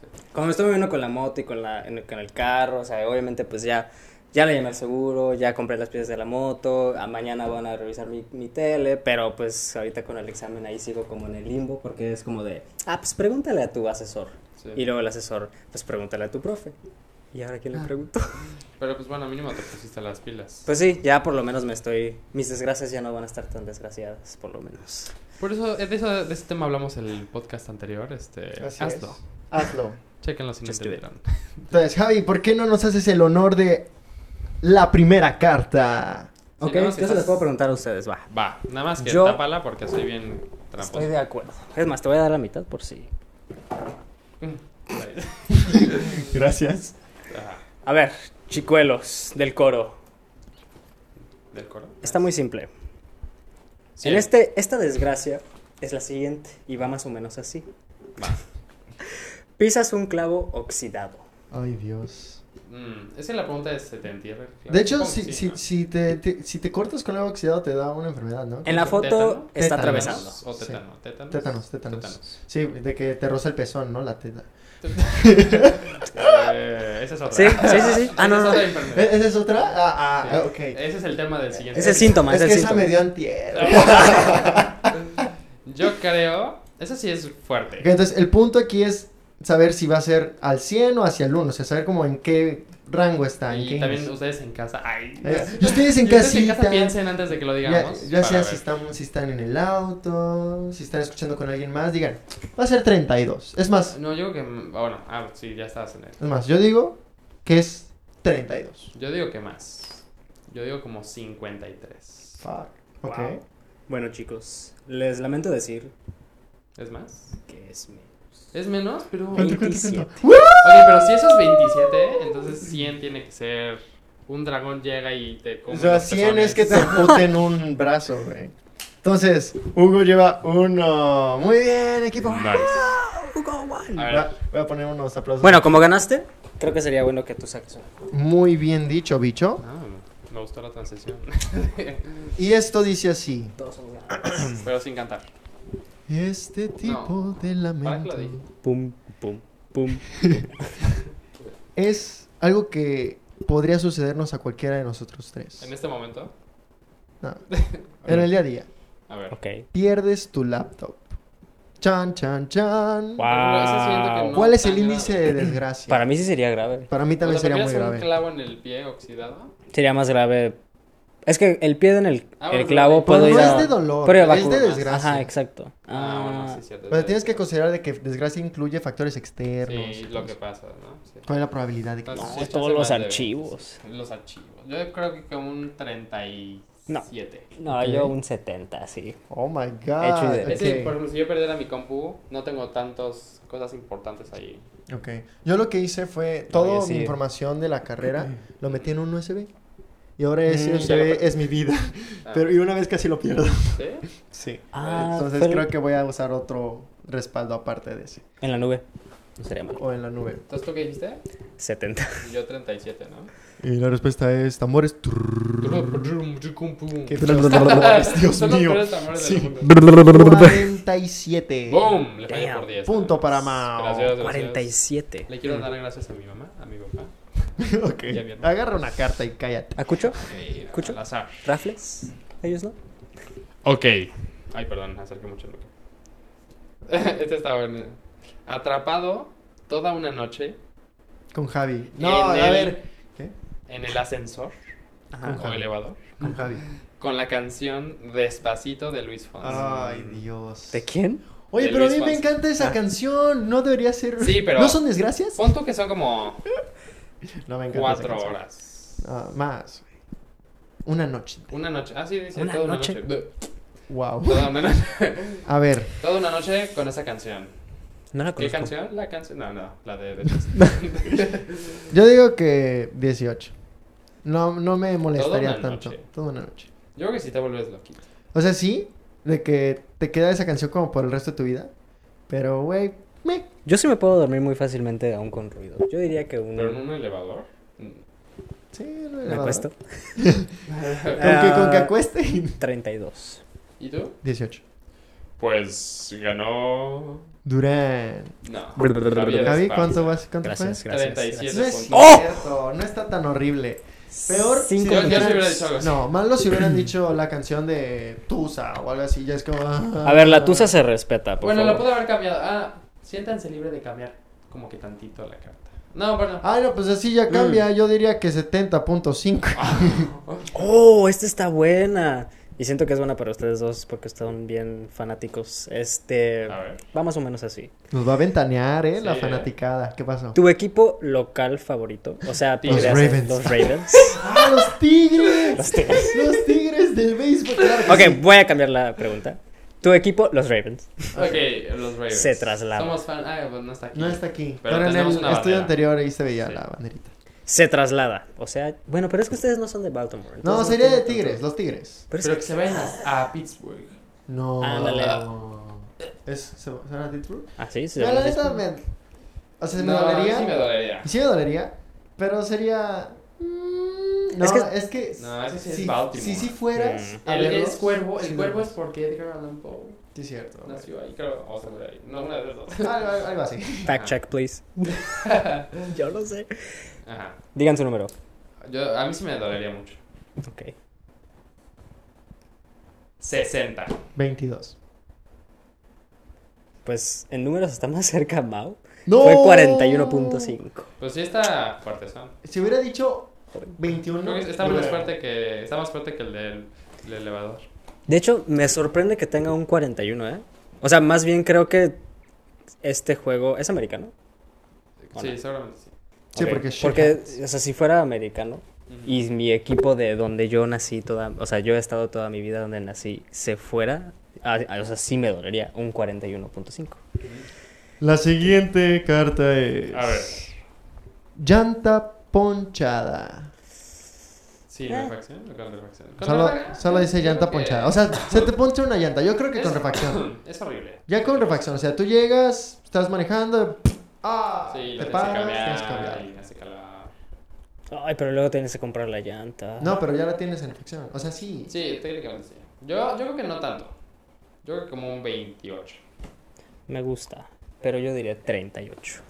[SPEAKER 4] sí.
[SPEAKER 3] Como me estoy moviendo con la moto y con, la, en- con el carro, o sea, obviamente pues ya, ya le llamé al seguro, ya compré las piezas de la moto, a mañana van a revisar mi, mi tele, pero pues ahorita con el examen ahí sigo como en el limbo porque es como de, ah, pues pregúntale a tu asesor.
[SPEAKER 4] Sí.
[SPEAKER 3] Y luego el asesor, pues pregúntale a tu profe. ¿Y ahora quién le pregunto?
[SPEAKER 4] Pero pues bueno, mínimo te pusiste las pilas.
[SPEAKER 3] Pues sí, ya por lo menos me estoy, mis desgracias ya no van a estar tan desgraciadas, por lo menos.
[SPEAKER 4] Por eso, eh, de, eso, de ese tema hablamos en el podcast anterior. Este,
[SPEAKER 2] Así
[SPEAKER 4] hazlo.
[SPEAKER 2] es. Hazlo.
[SPEAKER 4] Chequenlo si no
[SPEAKER 3] Just do it.
[SPEAKER 4] entendieron.
[SPEAKER 2] Entonces, Javi, ¿por qué no nos haces el honor de la primera carta?
[SPEAKER 4] Sí, Ah,
[SPEAKER 3] Ok,
[SPEAKER 4] no,
[SPEAKER 3] yo
[SPEAKER 4] si
[SPEAKER 3] se
[SPEAKER 4] estás-
[SPEAKER 3] las puedo preguntar a ustedes, va.
[SPEAKER 4] Va, nada más que
[SPEAKER 3] Yo-
[SPEAKER 4] tápala porque soy bien tramposo.
[SPEAKER 3] Estoy de acuerdo. Es más, te voy a dar la mitad por si.
[SPEAKER 2] Gracias.
[SPEAKER 4] Ah,
[SPEAKER 3] A ver, chicuelos del coro.
[SPEAKER 4] ¿Del coro?
[SPEAKER 3] Está muy simple.
[SPEAKER 4] Sí.
[SPEAKER 3] En este, esta desgracia es la siguiente y va más o menos así.
[SPEAKER 4] Va.
[SPEAKER 3] Pisas un clavo oxidado.
[SPEAKER 2] Ay, Dios.
[SPEAKER 4] Mm, esa es la pregunta de 70. ¿verdad?
[SPEAKER 2] De hecho,
[SPEAKER 4] Supongo que
[SPEAKER 2] si,
[SPEAKER 4] sí,
[SPEAKER 2] si,
[SPEAKER 4] ¿no?
[SPEAKER 2] si te, te- si te cortas con agua oxidado te da una enfermedad, ¿no?
[SPEAKER 3] En la foto
[SPEAKER 4] ¿Tétano?
[SPEAKER 3] está
[SPEAKER 2] Tétanos.
[SPEAKER 3] atravesando.
[SPEAKER 4] O tétano, tétanos.
[SPEAKER 2] Tétanos, tétanos. Sí, de que te roza el pezón, ¿no? La teta.
[SPEAKER 4] Eh, esa es otra.
[SPEAKER 3] Sí, sí, sí, sí. Ah,
[SPEAKER 4] Esa
[SPEAKER 3] no,
[SPEAKER 4] es
[SPEAKER 3] no.
[SPEAKER 4] otra
[SPEAKER 2] ¿E-
[SPEAKER 4] enfermedad.
[SPEAKER 2] ¿Esa es otra? Ah, ah,
[SPEAKER 4] Sí. Eh,
[SPEAKER 2] ah, ok.
[SPEAKER 4] Ese es el tema del siguiente.
[SPEAKER 3] Es el síntoma,
[SPEAKER 2] Es
[SPEAKER 3] es,
[SPEAKER 2] que
[SPEAKER 3] el
[SPEAKER 2] esa
[SPEAKER 3] síntoma.
[SPEAKER 2] me dio antier.
[SPEAKER 4] Yo creo. Esa sí es fuerte.
[SPEAKER 2] Ok, entonces, el punto aquí es saber si va a ser al 100 o hacia el 1. O sea, saber como en qué rango está. en
[SPEAKER 4] Y
[SPEAKER 2] qué
[SPEAKER 4] también
[SPEAKER 2] índice.
[SPEAKER 4] ustedes en casa. Ay,
[SPEAKER 2] Eh, y ustedes en
[SPEAKER 4] Y ustedes en
[SPEAKER 2] casita.
[SPEAKER 4] casa piensen antes de que lo
[SPEAKER 2] Ya,
[SPEAKER 4] digamos.
[SPEAKER 2] ya sea
[SPEAKER 4] para
[SPEAKER 2] si
[SPEAKER 4] ver.
[SPEAKER 2] están, si están en el auto, si están escuchando con alguien más, digan, va a ser 32. Es más,
[SPEAKER 4] No, yo creo que. mm, ah, Bueno, ah, sí, ya estabas en él.
[SPEAKER 2] es más, yo digo que es 32.
[SPEAKER 4] Yo digo que más. Yo digo como 53.
[SPEAKER 2] Fuck. Ok.
[SPEAKER 3] Wow. Bueno, chicos, les lamento decir
[SPEAKER 4] ¿Es más?
[SPEAKER 3] que es menos.
[SPEAKER 4] Es menos, pero.
[SPEAKER 2] ¿Cuánto,
[SPEAKER 4] Ok,
[SPEAKER 2] cuánto,
[SPEAKER 3] 27.
[SPEAKER 2] cuánto? ¡Woo!
[SPEAKER 4] pero si eso es 27, entonces 100 tiene que ser. Un dragón llega y te come.
[SPEAKER 2] O sea,
[SPEAKER 4] los
[SPEAKER 2] 100 es que te
[SPEAKER 4] pezones.
[SPEAKER 2] puten un brazo, güey. Entonces, Hugo lleva uno. Muy bien, equipo.
[SPEAKER 4] Nice. A
[SPEAKER 2] Voy a-
[SPEAKER 4] ver.
[SPEAKER 2] voy a poner unos aplausos.
[SPEAKER 3] Bueno, como ganaste, creo que sería bueno que tú saques una.
[SPEAKER 2] Muy bien dicho, bicho.
[SPEAKER 4] Ah, Me gustó la transición.
[SPEAKER 2] Y esto dice así.
[SPEAKER 3] Todos somos
[SPEAKER 4] Pero sin cantar.
[SPEAKER 2] Este tipo de
[SPEAKER 4] ¿Para qué lo
[SPEAKER 2] lamento
[SPEAKER 4] dije?
[SPEAKER 3] Pum, pum, pum.
[SPEAKER 2] es algo que podría sucedernos a cualquiera de nosotros tres.
[SPEAKER 4] En este momento.
[SPEAKER 2] No, en el día a día.
[SPEAKER 4] A ver.
[SPEAKER 3] Ok.
[SPEAKER 2] Pierdes tu laptop. Chan, chan, chan.
[SPEAKER 3] Wow.
[SPEAKER 4] ese siento que no
[SPEAKER 2] ¿Cuál es
[SPEAKER 4] tan
[SPEAKER 2] el índice
[SPEAKER 4] grave.
[SPEAKER 2] de desgracia?
[SPEAKER 3] Para mí sí sería grave.
[SPEAKER 2] Para mí también
[SPEAKER 4] O sea,
[SPEAKER 2] sería
[SPEAKER 4] ¿prefieres
[SPEAKER 2] muy
[SPEAKER 4] un
[SPEAKER 2] grave.
[SPEAKER 4] clavo en el pie oxidado?
[SPEAKER 3] Sería más grave. Es que el pie en el,
[SPEAKER 4] Ah,
[SPEAKER 3] el
[SPEAKER 4] bueno,
[SPEAKER 3] clavo
[SPEAKER 4] pero-
[SPEAKER 3] puedo
[SPEAKER 2] Pero
[SPEAKER 3] ir
[SPEAKER 2] no
[SPEAKER 3] a...
[SPEAKER 2] es de dolor,
[SPEAKER 3] puedo ir a
[SPEAKER 2] es de
[SPEAKER 3] vacunar.
[SPEAKER 2] desgracia.
[SPEAKER 3] Ajá, exacto.
[SPEAKER 4] Ah, bueno, sí, cierto.
[SPEAKER 2] Pero tienes que considerar de que desgracia incluye factores externos.
[SPEAKER 4] Sí,
[SPEAKER 2] y
[SPEAKER 4] lo
[SPEAKER 2] todo
[SPEAKER 4] que
[SPEAKER 2] eso.
[SPEAKER 4] pasa, ¿no? Sí.
[SPEAKER 2] ¿Cuál es la probabilidad de que
[SPEAKER 4] Entonces,
[SPEAKER 2] no?
[SPEAKER 3] No,
[SPEAKER 4] sí,
[SPEAKER 3] todos
[SPEAKER 4] chance
[SPEAKER 3] los
[SPEAKER 4] más de-
[SPEAKER 3] archivos.
[SPEAKER 4] Los archivos. Yo creo que como un 37.
[SPEAKER 3] No,
[SPEAKER 2] Ok.
[SPEAKER 3] yo un 70, sí.
[SPEAKER 2] Oh my
[SPEAKER 3] Hecho y
[SPEAKER 2] god.
[SPEAKER 4] Es que, por
[SPEAKER 2] ok.
[SPEAKER 4] ejemplo, si yo perdiera mi compu, no tengo tantas cosas importantes ahí.
[SPEAKER 2] Ok. Yo lo que hice fue
[SPEAKER 3] yo
[SPEAKER 2] toda
[SPEAKER 3] sí.
[SPEAKER 2] mi información de la carrera lo metí en un USB. Y ahora ese
[SPEAKER 3] Mm,
[SPEAKER 4] ya lo
[SPEAKER 2] USB es mi vida.
[SPEAKER 4] Ah,
[SPEAKER 2] Pero y una vez casi lo pierdo.
[SPEAKER 4] ¿Sí?
[SPEAKER 2] Sí.
[SPEAKER 3] Ah,
[SPEAKER 2] Entonces
[SPEAKER 3] pero-
[SPEAKER 2] creo que voy a usar otro respaldo aparte de ese.
[SPEAKER 3] En la nube. No sería malo.
[SPEAKER 2] O en la nube.
[SPEAKER 4] Entonces, ¿tú qué dijiste?
[SPEAKER 3] 70.
[SPEAKER 4] Yo 37, ¿no?
[SPEAKER 2] Y la respuesta es tambores.
[SPEAKER 4] ¿Qué
[SPEAKER 2] Qué feos tambores, Dios
[SPEAKER 4] Son los
[SPEAKER 2] mío.
[SPEAKER 4] peores tambores del
[SPEAKER 2] Sí.
[SPEAKER 4] mundo.
[SPEAKER 2] 47.
[SPEAKER 4] ¡Boom! Le fallé por
[SPEAKER 3] Damn.
[SPEAKER 4] 10.
[SPEAKER 2] Punto para Mao.
[SPEAKER 4] Gracias, gracias.
[SPEAKER 3] 47.
[SPEAKER 4] Le quiero dar gracias a mi mamá, a mi papá.
[SPEAKER 2] Ok.
[SPEAKER 4] Ya vieron.
[SPEAKER 2] Agarra una carta y cállate.
[SPEAKER 3] ¿Acucho?
[SPEAKER 4] Sí,
[SPEAKER 3] ¿Escucho?
[SPEAKER 4] eh, al azar.
[SPEAKER 3] ¿Rafles? ¿Ellos no?
[SPEAKER 4] Ok. Ay, perdón, acerqué mucho el micrófono. Este está bueno. Atrapado toda una noche
[SPEAKER 2] Con Javi.
[SPEAKER 4] En
[SPEAKER 2] No, a
[SPEAKER 4] el-
[SPEAKER 2] ver. ¿Qué?
[SPEAKER 4] en el ascensor
[SPEAKER 3] Ajá.
[SPEAKER 4] o elevador
[SPEAKER 2] Con Javi.
[SPEAKER 4] con la canción Despacito de Luis Fonsi.
[SPEAKER 2] Ay, Dios.
[SPEAKER 3] ¿De quién?
[SPEAKER 2] Oye,
[SPEAKER 4] De
[SPEAKER 2] pero a
[SPEAKER 4] Luis
[SPEAKER 2] mí me
[SPEAKER 4] Fonsi.
[SPEAKER 2] encanta esa
[SPEAKER 3] Ah.
[SPEAKER 2] canción. No debería ser.
[SPEAKER 4] Sí, pero-
[SPEAKER 2] ¿No son desgracias?
[SPEAKER 4] Pon tú que son como
[SPEAKER 2] No me encanta. esa
[SPEAKER 4] cuatro
[SPEAKER 2] canción.
[SPEAKER 4] horas.
[SPEAKER 2] Ah, más. güey. Una noche.
[SPEAKER 4] Una noche. Ah, sí, dice
[SPEAKER 3] Una
[SPEAKER 4] toda
[SPEAKER 3] noche.
[SPEAKER 4] una noche.
[SPEAKER 2] Wow.
[SPEAKER 4] Toda una noche.
[SPEAKER 2] A ver.
[SPEAKER 4] toda una noche con esa canción.
[SPEAKER 3] No la
[SPEAKER 4] ¿Qué
[SPEAKER 3] conozco.
[SPEAKER 4] canción? La canción. No, no, la de. de-
[SPEAKER 2] Yo digo que 18. No, no me
[SPEAKER 4] Toda
[SPEAKER 2] molestaría
[SPEAKER 4] una
[SPEAKER 2] tanto.
[SPEAKER 4] noche.
[SPEAKER 2] Toda una noche.
[SPEAKER 4] Yo creo que si te vuelves loquito.
[SPEAKER 2] O sea, sí, de que te queda esa canción como por el resto de tu vida. Pero, güey, me.
[SPEAKER 3] Yo sí me puedo dormir muy fácilmente aún con ruido. Yo diría que uno...
[SPEAKER 4] Pero en un elevador. mm,
[SPEAKER 2] Sí, no
[SPEAKER 3] Me acuesto.
[SPEAKER 2] Con, que, con que
[SPEAKER 3] Ah,
[SPEAKER 2] acueste.
[SPEAKER 3] 32.
[SPEAKER 4] ¿Y tú?
[SPEAKER 2] 18.
[SPEAKER 4] Pues ganó.
[SPEAKER 2] Durán.
[SPEAKER 4] No.
[SPEAKER 2] Javi, ¿cuánto, vas, cuánto
[SPEAKER 3] Gracias,
[SPEAKER 2] fue?
[SPEAKER 3] gracias.
[SPEAKER 4] 37.
[SPEAKER 2] No es
[SPEAKER 3] ¡Oh!
[SPEAKER 2] cierto, no está tan horrible. Peor
[SPEAKER 3] Cinco
[SPEAKER 4] Yo- yo sí
[SPEAKER 2] hubieran-
[SPEAKER 4] hubiera dicho algo así.
[SPEAKER 2] No, malo si hubieran dicho la canción de Tusa o algo así. Ya es como. ah.
[SPEAKER 3] A ver, la tusa se respeta, por
[SPEAKER 4] Bueno, la
[SPEAKER 3] favor.
[SPEAKER 4] puedo haber cambiado. Ah, siéntanse libre de cambiar como que tantito la carta. No, bueno.
[SPEAKER 2] Ay, no, pues así ya cambia.
[SPEAKER 3] Mm.
[SPEAKER 2] Yo diría que 70.5.
[SPEAKER 3] ¡Oh! Esta está buena. Y siento que es buena para ustedes dos porque están bien fanáticos. Este...
[SPEAKER 4] A ver.
[SPEAKER 3] Va más o menos así.
[SPEAKER 2] Nos va a ventanear, ¿eh? la
[SPEAKER 4] Sí, eh.
[SPEAKER 2] fanaticada. ¿Qué pasó?
[SPEAKER 3] ¿Tu equipo local favorito? O sea,
[SPEAKER 4] Los
[SPEAKER 3] podría ser
[SPEAKER 2] Ravens.
[SPEAKER 3] Los Ravens.
[SPEAKER 2] ¡Ah, los tigres!
[SPEAKER 3] Los Tigres.
[SPEAKER 2] Los tigres del béisbol. claro que
[SPEAKER 3] Ok,
[SPEAKER 2] sí.
[SPEAKER 3] voy a cambiar la pregunta. Tu equipo, los Ravens.
[SPEAKER 4] Ok, los Ravens.
[SPEAKER 3] Se traslada.
[SPEAKER 4] Somos fan. Ah, pues no está aquí.
[SPEAKER 2] No está aquí.
[SPEAKER 4] Pero
[SPEAKER 2] Pero, en el
[SPEAKER 4] tenemos
[SPEAKER 2] estudio
[SPEAKER 4] una bandera.
[SPEAKER 2] anterior ahí se veía
[SPEAKER 4] Sí.
[SPEAKER 2] la banderita.
[SPEAKER 3] Se traslada. O sea, bueno, pero es que ustedes no son de Baltimore.
[SPEAKER 2] No,
[SPEAKER 3] entonces
[SPEAKER 2] sería
[SPEAKER 3] tiene
[SPEAKER 2] de
[SPEAKER 3] tanto-
[SPEAKER 2] tigres, los tigres.
[SPEAKER 3] Pero es
[SPEAKER 4] Pero
[SPEAKER 3] que-
[SPEAKER 4] que se vayan a, a Pittsburgh.
[SPEAKER 2] No.
[SPEAKER 3] Ándale.
[SPEAKER 2] ¿Es, ¿Se se van a Pittsburgh?
[SPEAKER 3] Ah, sí, se
[SPEAKER 2] No, la
[SPEAKER 3] llama
[SPEAKER 2] neta
[SPEAKER 3] Pittsburgh.
[SPEAKER 2] me. O sea, me
[SPEAKER 4] No,
[SPEAKER 2] dolería.
[SPEAKER 4] Sí me dolería.
[SPEAKER 2] Sí me dolería, pero sería. mm, No,
[SPEAKER 3] Es
[SPEAKER 2] es
[SPEAKER 3] que-
[SPEAKER 2] que.
[SPEAKER 4] No, ese sí es
[SPEAKER 2] si,
[SPEAKER 4] Baltimore.
[SPEAKER 2] Si sí fueras.
[SPEAKER 3] Mm.
[SPEAKER 2] a
[SPEAKER 4] El,
[SPEAKER 2] verlos,
[SPEAKER 4] es cuervo. El
[SPEAKER 2] sí
[SPEAKER 4] cuervo
[SPEAKER 2] los-
[SPEAKER 4] es porque Edgar Allan Poe
[SPEAKER 2] Sí, es cierto. güey.
[SPEAKER 4] nació ahí, creo. O se murió ahí. No, una de las dos.
[SPEAKER 2] Algo, algo- algo así.
[SPEAKER 3] Fact check, please. Yo lo sé.
[SPEAKER 4] Ajá.
[SPEAKER 3] Digan su número.
[SPEAKER 4] Yo, a mí sí me dolería mucho.
[SPEAKER 3] Ok.
[SPEAKER 4] 60.
[SPEAKER 2] 22.
[SPEAKER 3] Pues en números está más cerca Mao.
[SPEAKER 2] ¡No!
[SPEAKER 3] Fue 41.5.
[SPEAKER 4] Pues sí está fuerte, ¿sabes?
[SPEAKER 2] Si hubiera dicho 21.
[SPEAKER 4] Creo que está más
[SPEAKER 2] hubiera-
[SPEAKER 4] fuerte que, está más fuerte que el del, el elevador.
[SPEAKER 3] De hecho, me sorprende que tenga un 41, ¿eh? O sea, más bien creo que este juego es americano.
[SPEAKER 4] Sí,
[SPEAKER 3] Hola.
[SPEAKER 4] seguramente sí.
[SPEAKER 2] Sí,
[SPEAKER 3] Ok.
[SPEAKER 2] porque.
[SPEAKER 3] Porque, o sea, si fuera americano,
[SPEAKER 4] Ujú.
[SPEAKER 3] y mi equipo de donde yo nací toda, o sea, yo he estado toda mi vida donde nací, se fuera, a- a- o sea, sí me dolería un 41.5.
[SPEAKER 2] La siguiente carta es.
[SPEAKER 4] A ver.
[SPEAKER 2] Llanta ponchada.
[SPEAKER 4] Sí,
[SPEAKER 3] ¿Eh?
[SPEAKER 4] refacción o con refacción. Con
[SPEAKER 2] Solo,
[SPEAKER 4] refacción,
[SPEAKER 2] solo dice
[SPEAKER 4] creo
[SPEAKER 2] llanta
[SPEAKER 4] que-
[SPEAKER 2] ponchada. O sea, se te poncha una llanta. Yo creo que con
[SPEAKER 4] Es-
[SPEAKER 2] refacción.
[SPEAKER 4] Es horrible.
[SPEAKER 2] Ya con refacción. O sea, tú llegas, estás manejando. ¡Ah!
[SPEAKER 4] Sí,
[SPEAKER 2] te
[SPEAKER 4] la tienes que
[SPEAKER 2] paras, tienes
[SPEAKER 4] cambiar.
[SPEAKER 2] que cambiar.
[SPEAKER 4] y hace calor.
[SPEAKER 3] O Ay, pero luego tienes que comprar la llanta.
[SPEAKER 2] No, pero ya la tienes en tu examen. O sea, sí.
[SPEAKER 4] Sí, técnicamente sí. Yo, yo creo que no tanto. Yo creo que como un 28.
[SPEAKER 3] Me gusta. Pero yo diría 38.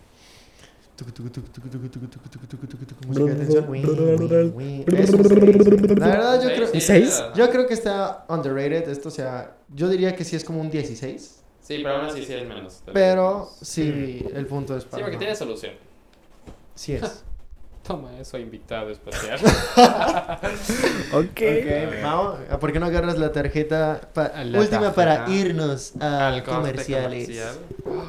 [SPEAKER 2] Tucu, tucu, tucu, tucu, tucu, tucu, tucu, tucu, tucu, tucu, tucu, música de tensión. Güey, güey, güey. Eso es seis. La verdad, yo creo,
[SPEAKER 3] ¿Un
[SPEAKER 4] Sí,
[SPEAKER 3] seis?
[SPEAKER 4] era-
[SPEAKER 2] yo creo que está underrated. Esto, o sea, yo diría que sí es como un 16.
[SPEAKER 4] Sí, pero aún así sí es menos.
[SPEAKER 2] Pero
[SPEAKER 4] Sí,
[SPEAKER 2] sí, el punto es para.
[SPEAKER 4] porque
[SPEAKER 2] no.
[SPEAKER 4] tiene solución.
[SPEAKER 2] Sí es.
[SPEAKER 4] Toma eso, invitado especial.
[SPEAKER 2] Ok, Mao, ¿por qué no agarras la tarjeta pa-
[SPEAKER 4] A la
[SPEAKER 2] última para
[SPEAKER 4] tarjeta.
[SPEAKER 2] irnos a
[SPEAKER 4] Al corte
[SPEAKER 2] comerciales? Ah.
[SPEAKER 4] comercial.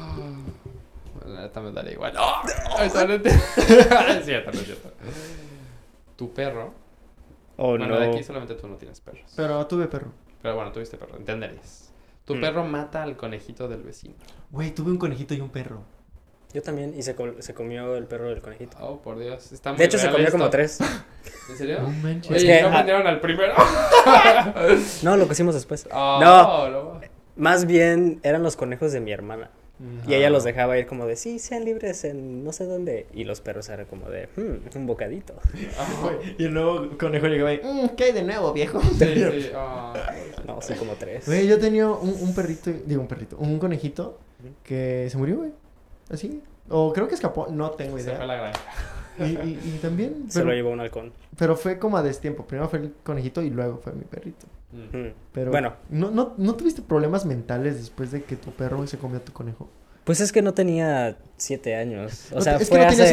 [SPEAKER 4] Bueno, la neta me daría igual. ¡Oh! es cierto, no es cierto. Tu perro.
[SPEAKER 3] Oh,
[SPEAKER 4] bueno, de
[SPEAKER 3] no.
[SPEAKER 4] aquí solamente tú no tienes perros.
[SPEAKER 2] Pero tuve perro.
[SPEAKER 4] Pero bueno, tuviste perro, entenderías. Tu
[SPEAKER 3] Mm.
[SPEAKER 4] perro mata al conejito del vecino.
[SPEAKER 2] Güey, tuve un conejito y un perro.
[SPEAKER 3] Yo también. Y se, co- se comió el perro del conejito.
[SPEAKER 4] Oh, por Dios. Está muy
[SPEAKER 3] De hecho, se
[SPEAKER 4] real
[SPEAKER 3] comió
[SPEAKER 4] esto.
[SPEAKER 3] como tres.
[SPEAKER 4] ¿En serio?
[SPEAKER 2] No manches.
[SPEAKER 4] Oye,
[SPEAKER 3] Es que-
[SPEAKER 4] ¿no
[SPEAKER 3] ah.
[SPEAKER 4] vendieron al primero?
[SPEAKER 3] No, lo hicimos después.
[SPEAKER 4] Oh, no.
[SPEAKER 3] Más bien eran los conejos de mi hermana. Y
[SPEAKER 4] Ah.
[SPEAKER 3] ella los dejaba ir como de, sí, sean libres en no sé dónde. Y los perros eran como de, "Hmm, un bocadito.
[SPEAKER 4] Oh,
[SPEAKER 2] Y el nuevo conejo llegaba y, "Mm, ¿qué hay de nuevo, viejo?
[SPEAKER 4] sí, sí. oh.
[SPEAKER 3] No, sí, como tres.
[SPEAKER 2] Güey, yo tenía un, un perrito, digo un perrito, un conejito que se murió, güey. Así. O creo que escapó, no tengo
[SPEAKER 4] Se fue a
[SPEAKER 2] idea.
[SPEAKER 4] la granja.
[SPEAKER 2] Y, y- y también,
[SPEAKER 3] Se lo
[SPEAKER 2] pero,
[SPEAKER 3] llevó un halcón.
[SPEAKER 2] pero fue como a destiempo. Primero fue el conejito y luego fue mi perrito.
[SPEAKER 4] Mm.
[SPEAKER 3] Hmm.
[SPEAKER 2] Pero
[SPEAKER 3] Bueno.
[SPEAKER 2] ¿no, no, ¿no tuviste problemas mentales después de que tu perro se comió a tu conejo?
[SPEAKER 3] Pues es que no tenía siete años. O
[SPEAKER 2] No
[SPEAKER 3] sea,
[SPEAKER 2] te- es
[SPEAKER 3] fue,
[SPEAKER 2] que no tenía
[SPEAKER 3] hace,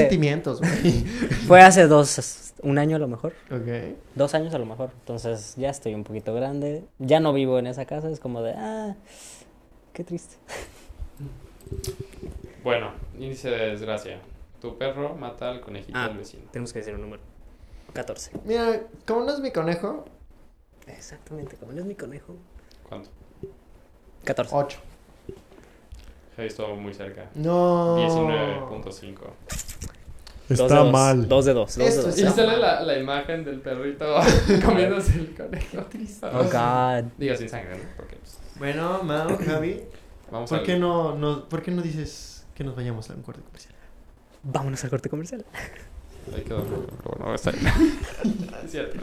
[SPEAKER 2] sentimientos, güey.
[SPEAKER 3] fue hace dos, un año a lo mejor.
[SPEAKER 2] ok.
[SPEAKER 3] Dos años a lo mejor. Entonces ya estoy un poquito grande. Ya no vivo en esa casa. Es como de, ah, qué triste.
[SPEAKER 4] Bueno, índice de desgracia. Tu perro mata al conejito
[SPEAKER 3] Ah.
[SPEAKER 4] del vecino.
[SPEAKER 3] Tenemos que decir un número. 14.
[SPEAKER 2] Mira, como no es mi conejo,
[SPEAKER 3] Exactamente, como no es mi conejo.
[SPEAKER 4] ¿Cuánto?
[SPEAKER 3] 14.
[SPEAKER 2] 8.
[SPEAKER 4] He visto muy cerca.
[SPEAKER 2] No.
[SPEAKER 4] 19.5.
[SPEAKER 3] Dos de dos. Dos de dos. dos de
[SPEAKER 2] Esto
[SPEAKER 3] dos.
[SPEAKER 4] Y
[SPEAKER 2] Está
[SPEAKER 4] sale
[SPEAKER 2] mal.
[SPEAKER 4] la, la imagen del perrito comiéndose el conejo.
[SPEAKER 3] Oh, God.
[SPEAKER 4] Digo, sin sangre, ¿no? Porque pues,
[SPEAKER 2] Bueno, Mau, Javi,
[SPEAKER 4] vamos
[SPEAKER 2] ¿por
[SPEAKER 4] al-
[SPEAKER 2] qué no, no, ¿por qué no dices que nos vayamos a un corte comercial?
[SPEAKER 3] Vámonos al corte comercial.
[SPEAKER 4] Hay que dormir. pero Bueno, está bien. Es cierto.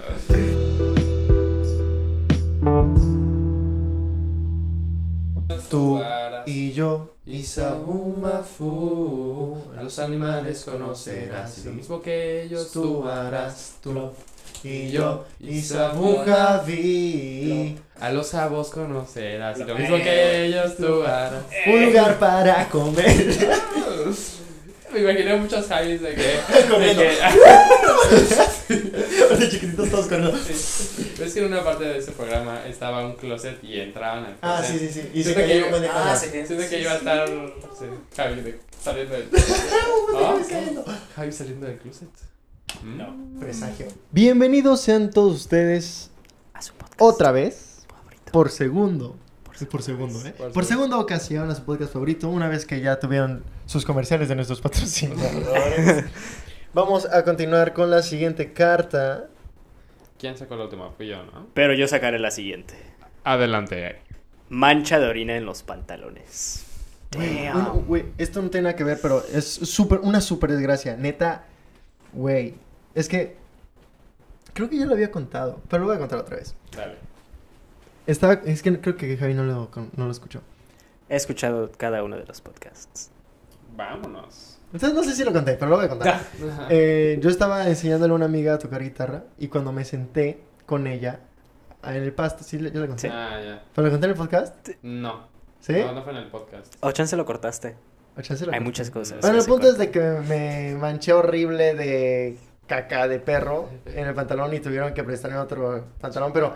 [SPEAKER 2] Tú
[SPEAKER 4] Varas.
[SPEAKER 2] Y yo,
[SPEAKER 4] Isabumafu,
[SPEAKER 2] a los animales conocerás, y lo mismo
[SPEAKER 4] que
[SPEAKER 2] tú harás, tú.
[SPEAKER 4] Y yo, Isabu
[SPEAKER 2] Isabu Javi,
[SPEAKER 4] A los sabos conocerás, y lo mismo que ellos tú harás.
[SPEAKER 2] un lugar para comer.
[SPEAKER 4] Me imaginé muchos Javis de que.
[SPEAKER 2] Comiendo.
[SPEAKER 4] de que-
[SPEAKER 2] Los chiquititos todos con
[SPEAKER 4] ¿Ves que en una parte de ese programa estaba un closet y entraban al
[SPEAKER 2] Ah, sí,
[SPEAKER 4] closet?
[SPEAKER 2] sí, sí. Y
[SPEAKER 4] Siento
[SPEAKER 2] se cayó
[SPEAKER 4] que-
[SPEAKER 2] un buen de
[SPEAKER 3] ah,
[SPEAKER 2] cosas.
[SPEAKER 3] sí.
[SPEAKER 4] Siento que iba a estar sí, Javi de- saliendo del
[SPEAKER 2] Ah,
[SPEAKER 4] Ah,
[SPEAKER 2] sí, cayendo.
[SPEAKER 4] Javi saliendo del closet. Mm.
[SPEAKER 2] Presagio. Bienvenidos sean todos ustedes
[SPEAKER 3] A su podcast
[SPEAKER 2] otra vez,
[SPEAKER 3] favorito.
[SPEAKER 2] por segundo. Sí, Por segundo, ¿eh?
[SPEAKER 4] Por
[SPEAKER 2] Por segunda ocasión a su podcast favorito, una vez que ya tuvieron sus comerciales de nuestros patrocinadores. Vamos a continuar con la siguiente carta.
[SPEAKER 4] ¿Quién sacó la última? Fui yo, ¿no?
[SPEAKER 3] Pero yo sacaré la siguiente.
[SPEAKER 4] Adelante.
[SPEAKER 3] Mancha de orina en los pantalones.
[SPEAKER 2] Güey,
[SPEAKER 3] Damn.
[SPEAKER 2] bueno, güey, esto no tiene nada que ver, pero es súper, una súper desgracia. Neta, güey. Es que creo que ya lo había contado, pero lo voy a contar otra vez.
[SPEAKER 4] Dale.
[SPEAKER 2] Estaba, es que creo que Javi no lo, con- no lo escuchó.
[SPEAKER 3] He escuchado cada uno de los podcasts.
[SPEAKER 4] Vámonos.
[SPEAKER 2] Entonces no sé si lo conté, pero lo voy a contar. Eh, yo estaba enseñándole a una amiga a tocar guitarra y cuando me senté con ella ah, en el pasto, sí, le- yo le conté.
[SPEAKER 4] Ah, ya.
[SPEAKER 2] ¿Pero lo conté en el podcast?
[SPEAKER 4] No.
[SPEAKER 2] ¿Sí?
[SPEAKER 4] No, no fue en el podcast.
[SPEAKER 3] O chance lo cortaste.
[SPEAKER 2] ¿O chance lo
[SPEAKER 3] Hay
[SPEAKER 2] conté?
[SPEAKER 3] muchas cosas.
[SPEAKER 2] Bueno,
[SPEAKER 3] que
[SPEAKER 2] el
[SPEAKER 3] se
[SPEAKER 2] punto es
[SPEAKER 3] cortan.
[SPEAKER 2] de que me manché horrible de caca de perro en el pantalón y tuvieron que prestarme otro pantalón, pero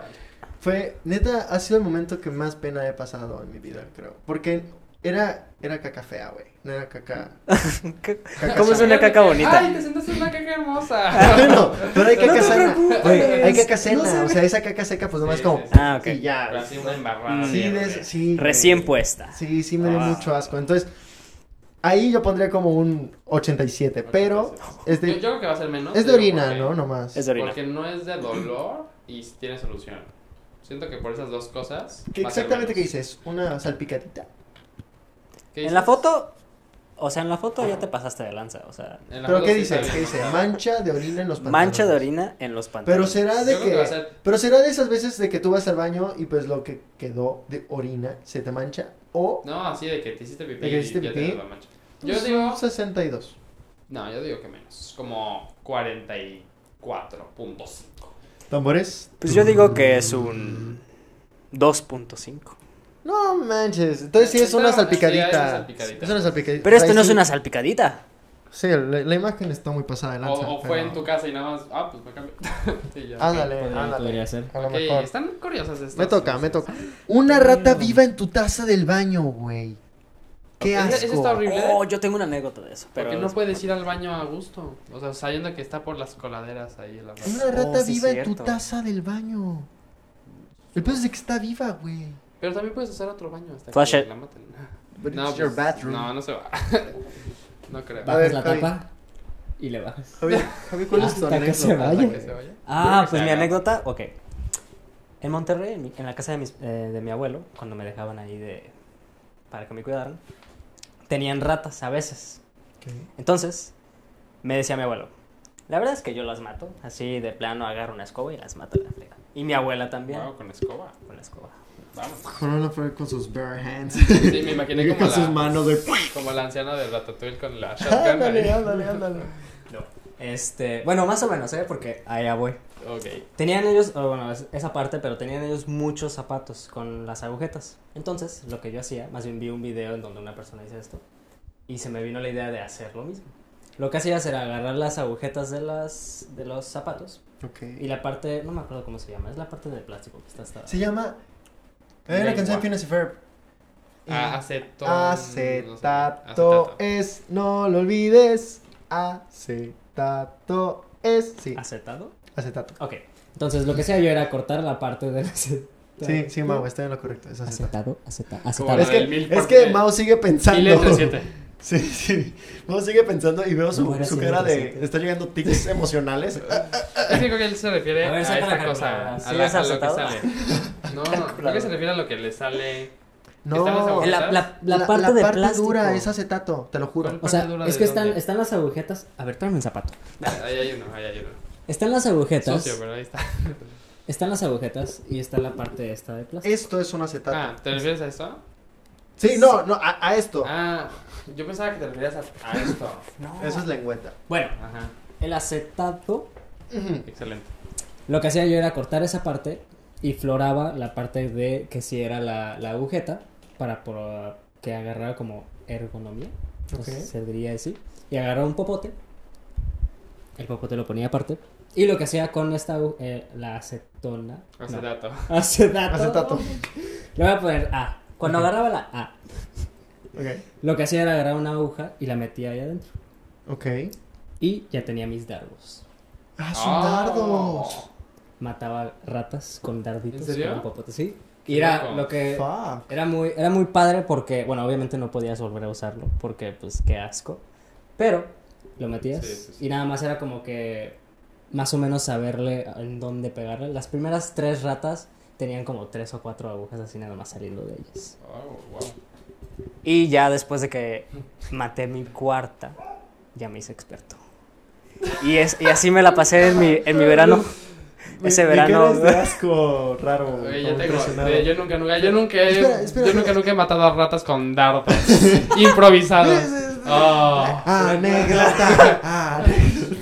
[SPEAKER 2] fue, neta, ha sido el momento que más pena he pasado en mi vida, creo. Porque era, era caca fea, güey. No era caca... caca
[SPEAKER 3] ¿Cómo es
[SPEAKER 2] sana.
[SPEAKER 3] una caca bonita?
[SPEAKER 4] ¡Ay, te sentaste en una caca hermosa!
[SPEAKER 2] Bueno, pero hay
[SPEAKER 3] No
[SPEAKER 2] caca
[SPEAKER 3] te
[SPEAKER 2] sana.
[SPEAKER 3] preocupes.
[SPEAKER 2] Güey, hay caca
[SPEAKER 3] No
[SPEAKER 2] sana.
[SPEAKER 3] se
[SPEAKER 2] o sea, esa caca seca, pues nomás
[SPEAKER 4] Sí,
[SPEAKER 2] como.
[SPEAKER 4] sí, sí.
[SPEAKER 3] Ah, ok.
[SPEAKER 2] Y
[SPEAKER 4] Pero
[SPEAKER 2] ya.
[SPEAKER 4] así una embarrada.
[SPEAKER 2] Sí,
[SPEAKER 4] mierda.
[SPEAKER 2] des- sí, güey.
[SPEAKER 3] Recién pues. puesta.
[SPEAKER 2] Sí, sí me dio
[SPEAKER 3] Ah.
[SPEAKER 2] mucho asco. Entonces, ahí yo pondría como un 87, pero es
[SPEAKER 4] Yo, yo
[SPEAKER 2] de,
[SPEAKER 4] creo que va a ser menos.
[SPEAKER 2] es de
[SPEAKER 4] digo,
[SPEAKER 2] orina,
[SPEAKER 4] porque-
[SPEAKER 2] ¿no? Nomás.
[SPEAKER 3] Es de orina.
[SPEAKER 4] Porque no es de dolor y tiene solución. Siento que por esas dos cosas.
[SPEAKER 2] ¿Qué-
[SPEAKER 4] va a ser
[SPEAKER 2] exactamente qué
[SPEAKER 4] menos.
[SPEAKER 2] dices? Una salpicadita.
[SPEAKER 4] ¿Qué
[SPEAKER 3] En la
[SPEAKER 4] dices?
[SPEAKER 3] foto O sea, en la foto ya te pasaste de lanza, o sea.
[SPEAKER 4] En la
[SPEAKER 2] Pero
[SPEAKER 4] foto
[SPEAKER 2] ¿qué
[SPEAKER 4] sí
[SPEAKER 2] dice?
[SPEAKER 4] está bien
[SPEAKER 2] ¿Qué dice?
[SPEAKER 4] marcado.
[SPEAKER 2] Mancha de orina en los pantalones.
[SPEAKER 3] Mancha de orina en los
[SPEAKER 2] Pero
[SPEAKER 3] pantalones.
[SPEAKER 2] será de
[SPEAKER 4] Yo
[SPEAKER 2] que,
[SPEAKER 4] creo que va a ser-
[SPEAKER 2] pero será de esas veces de que tú vas al baño y pues lo que quedó de orina se te mancha o
[SPEAKER 4] No, así de que te hiciste pipí
[SPEAKER 2] ¿De que hiciste
[SPEAKER 4] y ya
[SPEAKER 2] pipí?
[SPEAKER 4] te la mancha. Yo
[SPEAKER 2] pues,
[SPEAKER 4] digo...
[SPEAKER 2] un 62.
[SPEAKER 4] No, yo digo que menos. Como 44.5.
[SPEAKER 2] ¿Tambores?
[SPEAKER 3] Pues yo digo que es un 2.5.
[SPEAKER 2] No manches, entonces sí es
[SPEAKER 4] Está-
[SPEAKER 2] una
[SPEAKER 4] sí, hay una
[SPEAKER 2] salpicadita.
[SPEAKER 4] salpicadita.
[SPEAKER 2] Es una salpicadita.
[SPEAKER 3] Pero esto
[SPEAKER 2] Ahí
[SPEAKER 3] no es
[SPEAKER 2] sí-
[SPEAKER 3] una salpicadita.
[SPEAKER 2] Sí, la, la imagen está muy pasada de
[SPEAKER 4] O,
[SPEAKER 2] lanza.
[SPEAKER 4] o fue
[SPEAKER 2] pero-
[SPEAKER 4] en tu casa y nada más. Ah, pues me cambié. y ya.
[SPEAKER 2] Ándale,
[SPEAKER 1] Podría-
[SPEAKER 2] ándale.
[SPEAKER 1] podría ser.
[SPEAKER 2] A lo
[SPEAKER 4] Ok,
[SPEAKER 2] mejor.
[SPEAKER 4] Están curiosas estas.
[SPEAKER 2] Me toca,
[SPEAKER 4] cosas.
[SPEAKER 2] me toca. Una rata viva en tu taza del baño, güey. Qué
[SPEAKER 4] Ese-
[SPEAKER 2] asco.
[SPEAKER 4] ese está horrible.
[SPEAKER 3] Oh, yo tengo una anécdota de eso. Pero
[SPEAKER 4] Porque no puedes ir al baño a gusto. O sea, sabiendo que está por las coladeras ahí la rata.
[SPEAKER 2] Una rata
[SPEAKER 3] Oh, sí,
[SPEAKER 2] viva en tu
[SPEAKER 3] cierto.
[SPEAKER 2] taza del baño. El peor es de que está viva, güey.
[SPEAKER 4] Pero también puedes hacer otro baño hasta
[SPEAKER 3] Flash
[SPEAKER 4] que
[SPEAKER 3] it.
[SPEAKER 4] la maten.
[SPEAKER 2] But
[SPEAKER 4] no,
[SPEAKER 2] it's your
[SPEAKER 4] pues,
[SPEAKER 2] bathroom.
[SPEAKER 4] no, no se va. no creo.
[SPEAKER 2] A ver,
[SPEAKER 1] Bajas la
[SPEAKER 2] Javi.
[SPEAKER 1] tapa y le bajas.
[SPEAKER 2] Javi, Javi, ¿cuál es tu
[SPEAKER 1] Hasta que se
[SPEAKER 2] anécdota?
[SPEAKER 1] vaya.
[SPEAKER 4] Que se vaya.
[SPEAKER 3] Ah,
[SPEAKER 4] Creo
[SPEAKER 3] pues
[SPEAKER 4] que se
[SPEAKER 3] mi
[SPEAKER 4] haga.
[SPEAKER 3] anécdota, ok. En Monterrey, en, mi- en la casa de, mis- eh, de mi abuelo, cuando me dejaban ahí de, para que me cuidaran, tenían ratas a veces.
[SPEAKER 2] ¿Qué?
[SPEAKER 3] Entonces, me decía mi abuelo, la verdad es que yo las mato, así de plano agarro una escoba y las mato a la frega. Y mi abuela también,
[SPEAKER 4] Wow, con escoba.
[SPEAKER 3] con la escoba.
[SPEAKER 4] Vamos.
[SPEAKER 2] Corona fue con sus bare hands.
[SPEAKER 4] Sí, me imaginé como
[SPEAKER 2] con
[SPEAKER 4] la,
[SPEAKER 2] sus manos de...
[SPEAKER 4] como la anciana del Ratatouille con la shotgun.
[SPEAKER 2] ándale,
[SPEAKER 4] ahí.
[SPEAKER 2] ándale, ándale.
[SPEAKER 3] Este, bueno, más o menos, ¿eh? Porque allá voy.
[SPEAKER 4] Ok.
[SPEAKER 3] Tenían ellos, o bueno, es- esa parte, pero tenían ellos muchos zapatos con las agujetas. Entonces, lo que yo hacía, más bien vi un video en donde una persona dice esto, y se me vino la idea de hacer lo mismo. Lo que hacías era agarrar las agujetas de, las, de los zapatos y
[SPEAKER 2] Ok.
[SPEAKER 3] la parte, no me acuerdo cómo se llama, es la parte de plástico que está hasta...
[SPEAKER 2] Se llama... Hay una
[SPEAKER 4] Lengua.
[SPEAKER 2] canción de Phineas y Ferb.
[SPEAKER 4] Ah, aceto. no sé.
[SPEAKER 2] Acetato es, no lo olvides. Acetato es, sí,
[SPEAKER 3] ¿Acetado?
[SPEAKER 2] acetato.
[SPEAKER 3] Ok, entonces lo que hacía yo era cortar la parte del acetato.
[SPEAKER 2] Sí, sí, Mau, está en lo correcto, es acetato.
[SPEAKER 3] Acetado, aceta,
[SPEAKER 4] Como
[SPEAKER 3] acetado.
[SPEAKER 2] Es
[SPEAKER 4] la
[SPEAKER 2] que,
[SPEAKER 4] del mil
[SPEAKER 2] es
[SPEAKER 4] por-
[SPEAKER 2] que Mau sigue pensando.
[SPEAKER 4] 1037.
[SPEAKER 2] Sí, sí. Mau sigue pensando y veo su,
[SPEAKER 3] No, era
[SPEAKER 2] su cara de.
[SPEAKER 3] 137.
[SPEAKER 2] Está llegando tics emocionales.
[SPEAKER 4] Es que creo que él se refiere
[SPEAKER 3] A
[SPEAKER 4] a,
[SPEAKER 3] ver, saca la
[SPEAKER 4] esta cosa,
[SPEAKER 3] calculadora.
[SPEAKER 4] a,
[SPEAKER 3] ¿Sí
[SPEAKER 4] la-
[SPEAKER 3] has
[SPEAKER 4] a lo que
[SPEAKER 3] aceptado?
[SPEAKER 4] sale. No, creo que se refiere a lo que le sale. Estamos
[SPEAKER 2] No,
[SPEAKER 4] agujetas.
[SPEAKER 3] La, la, la
[SPEAKER 2] la-
[SPEAKER 3] parte
[SPEAKER 2] la
[SPEAKER 3] de
[SPEAKER 2] parte
[SPEAKER 3] plástico.
[SPEAKER 2] dura es acetato, te lo juro.
[SPEAKER 4] ¿Cuál?
[SPEAKER 3] O sea,
[SPEAKER 4] dura
[SPEAKER 3] es
[SPEAKER 4] de
[SPEAKER 3] que están,
[SPEAKER 4] dónde?
[SPEAKER 3] están las agujetas. A ver, tráeme el zapato.
[SPEAKER 4] Ahí hay uno, ahí hay uno.
[SPEAKER 3] Están las agujetas.
[SPEAKER 4] Sucio, pero ahí está.
[SPEAKER 3] Están las agujetas y está la parte esta de plástico.
[SPEAKER 2] Esto es un acetato.
[SPEAKER 4] Ah, ¿te refieres a esto?
[SPEAKER 2] Sí, no, no, a, a esto.
[SPEAKER 4] Ah, yo pensaba que te referías a, a esto.
[SPEAKER 3] No.
[SPEAKER 2] Eso es lengüeta.
[SPEAKER 3] Bueno,
[SPEAKER 4] Ajá,
[SPEAKER 3] el acetato.
[SPEAKER 4] excelente.
[SPEAKER 3] Lo que hacía yo era cortar esa parte y floraba la parte de que si era la, la agujeta para por- que agarrara como ergonomía. Entonces,
[SPEAKER 2] Ok.
[SPEAKER 3] Se diría así. Y agarraba un popote. El popote lo ponía aparte. Y lo que hacía con esta agu- eh, la acetona. no,
[SPEAKER 4] Acetato.
[SPEAKER 3] acetato.
[SPEAKER 2] Acetato.
[SPEAKER 3] Le voy a poner A. Cuando agarraba la A,
[SPEAKER 2] Ok.
[SPEAKER 3] Lo que hacía era agarrar una aguja y la metía ahí adentro.
[SPEAKER 2] Ok.
[SPEAKER 3] Y ya tenía mis dardos.
[SPEAKER 2] Ah, son dardos.
[SPEAKER 4] Oh.
[SPEAKER 3] Mataba ratas con darditos.
[SPEAKER 4] ¿En serio?
[SPEAKER 3] Con popotes, sí. Y
[SPEAKER 4] Qué
[SPEAKER 3] era
[SPEAKER 4] loco.
[SPEAKER 3] lo que...
[SPEAKER 2] Fuck.
[SPEAKER 3] Era muy, era muy padre porque, bueno, obviamente no podías volver a usarlo porque, pues, qué asco. Pero lo metías
[SPEAKER 4] Sí, sí, sí.
[SPEAKER 3] y nada más era como que más o menos saberle en dónde pegarle. Las primeras tres ratas tenían como tres o cuatro agujas así nada más saliendo de ellas.
[SPEAKER 4] Oh, wow.
[SPEAKER 3] Y ya después de que maté mi cuarta, ya me hice experto. Y, es, y así me la pasé en mi, en mi verano. Ese
[SPEAKER 2] Mi- mi
[SPEAKER 3] verano.
[SPEAKER 2] cara es de asco raro.
[SPEAKER 4] Oye,
[SPEAKER 2] como
[SPEAKER 4] yo, tengo,
[SPEAKER 2] impresionado.
[SPEAKER 4] eh, yo nunca, nunca, yo nunca, he-
[SPEAKER 2] Espera, espera,
[SPEAKER 4] yo nunca,
[SPEAKER 2] espera.
[SPEAKER 4] nunca he matado a ratas con dardos improvisados. Oh.
[SPEAKER 2] Anécdota. Ah,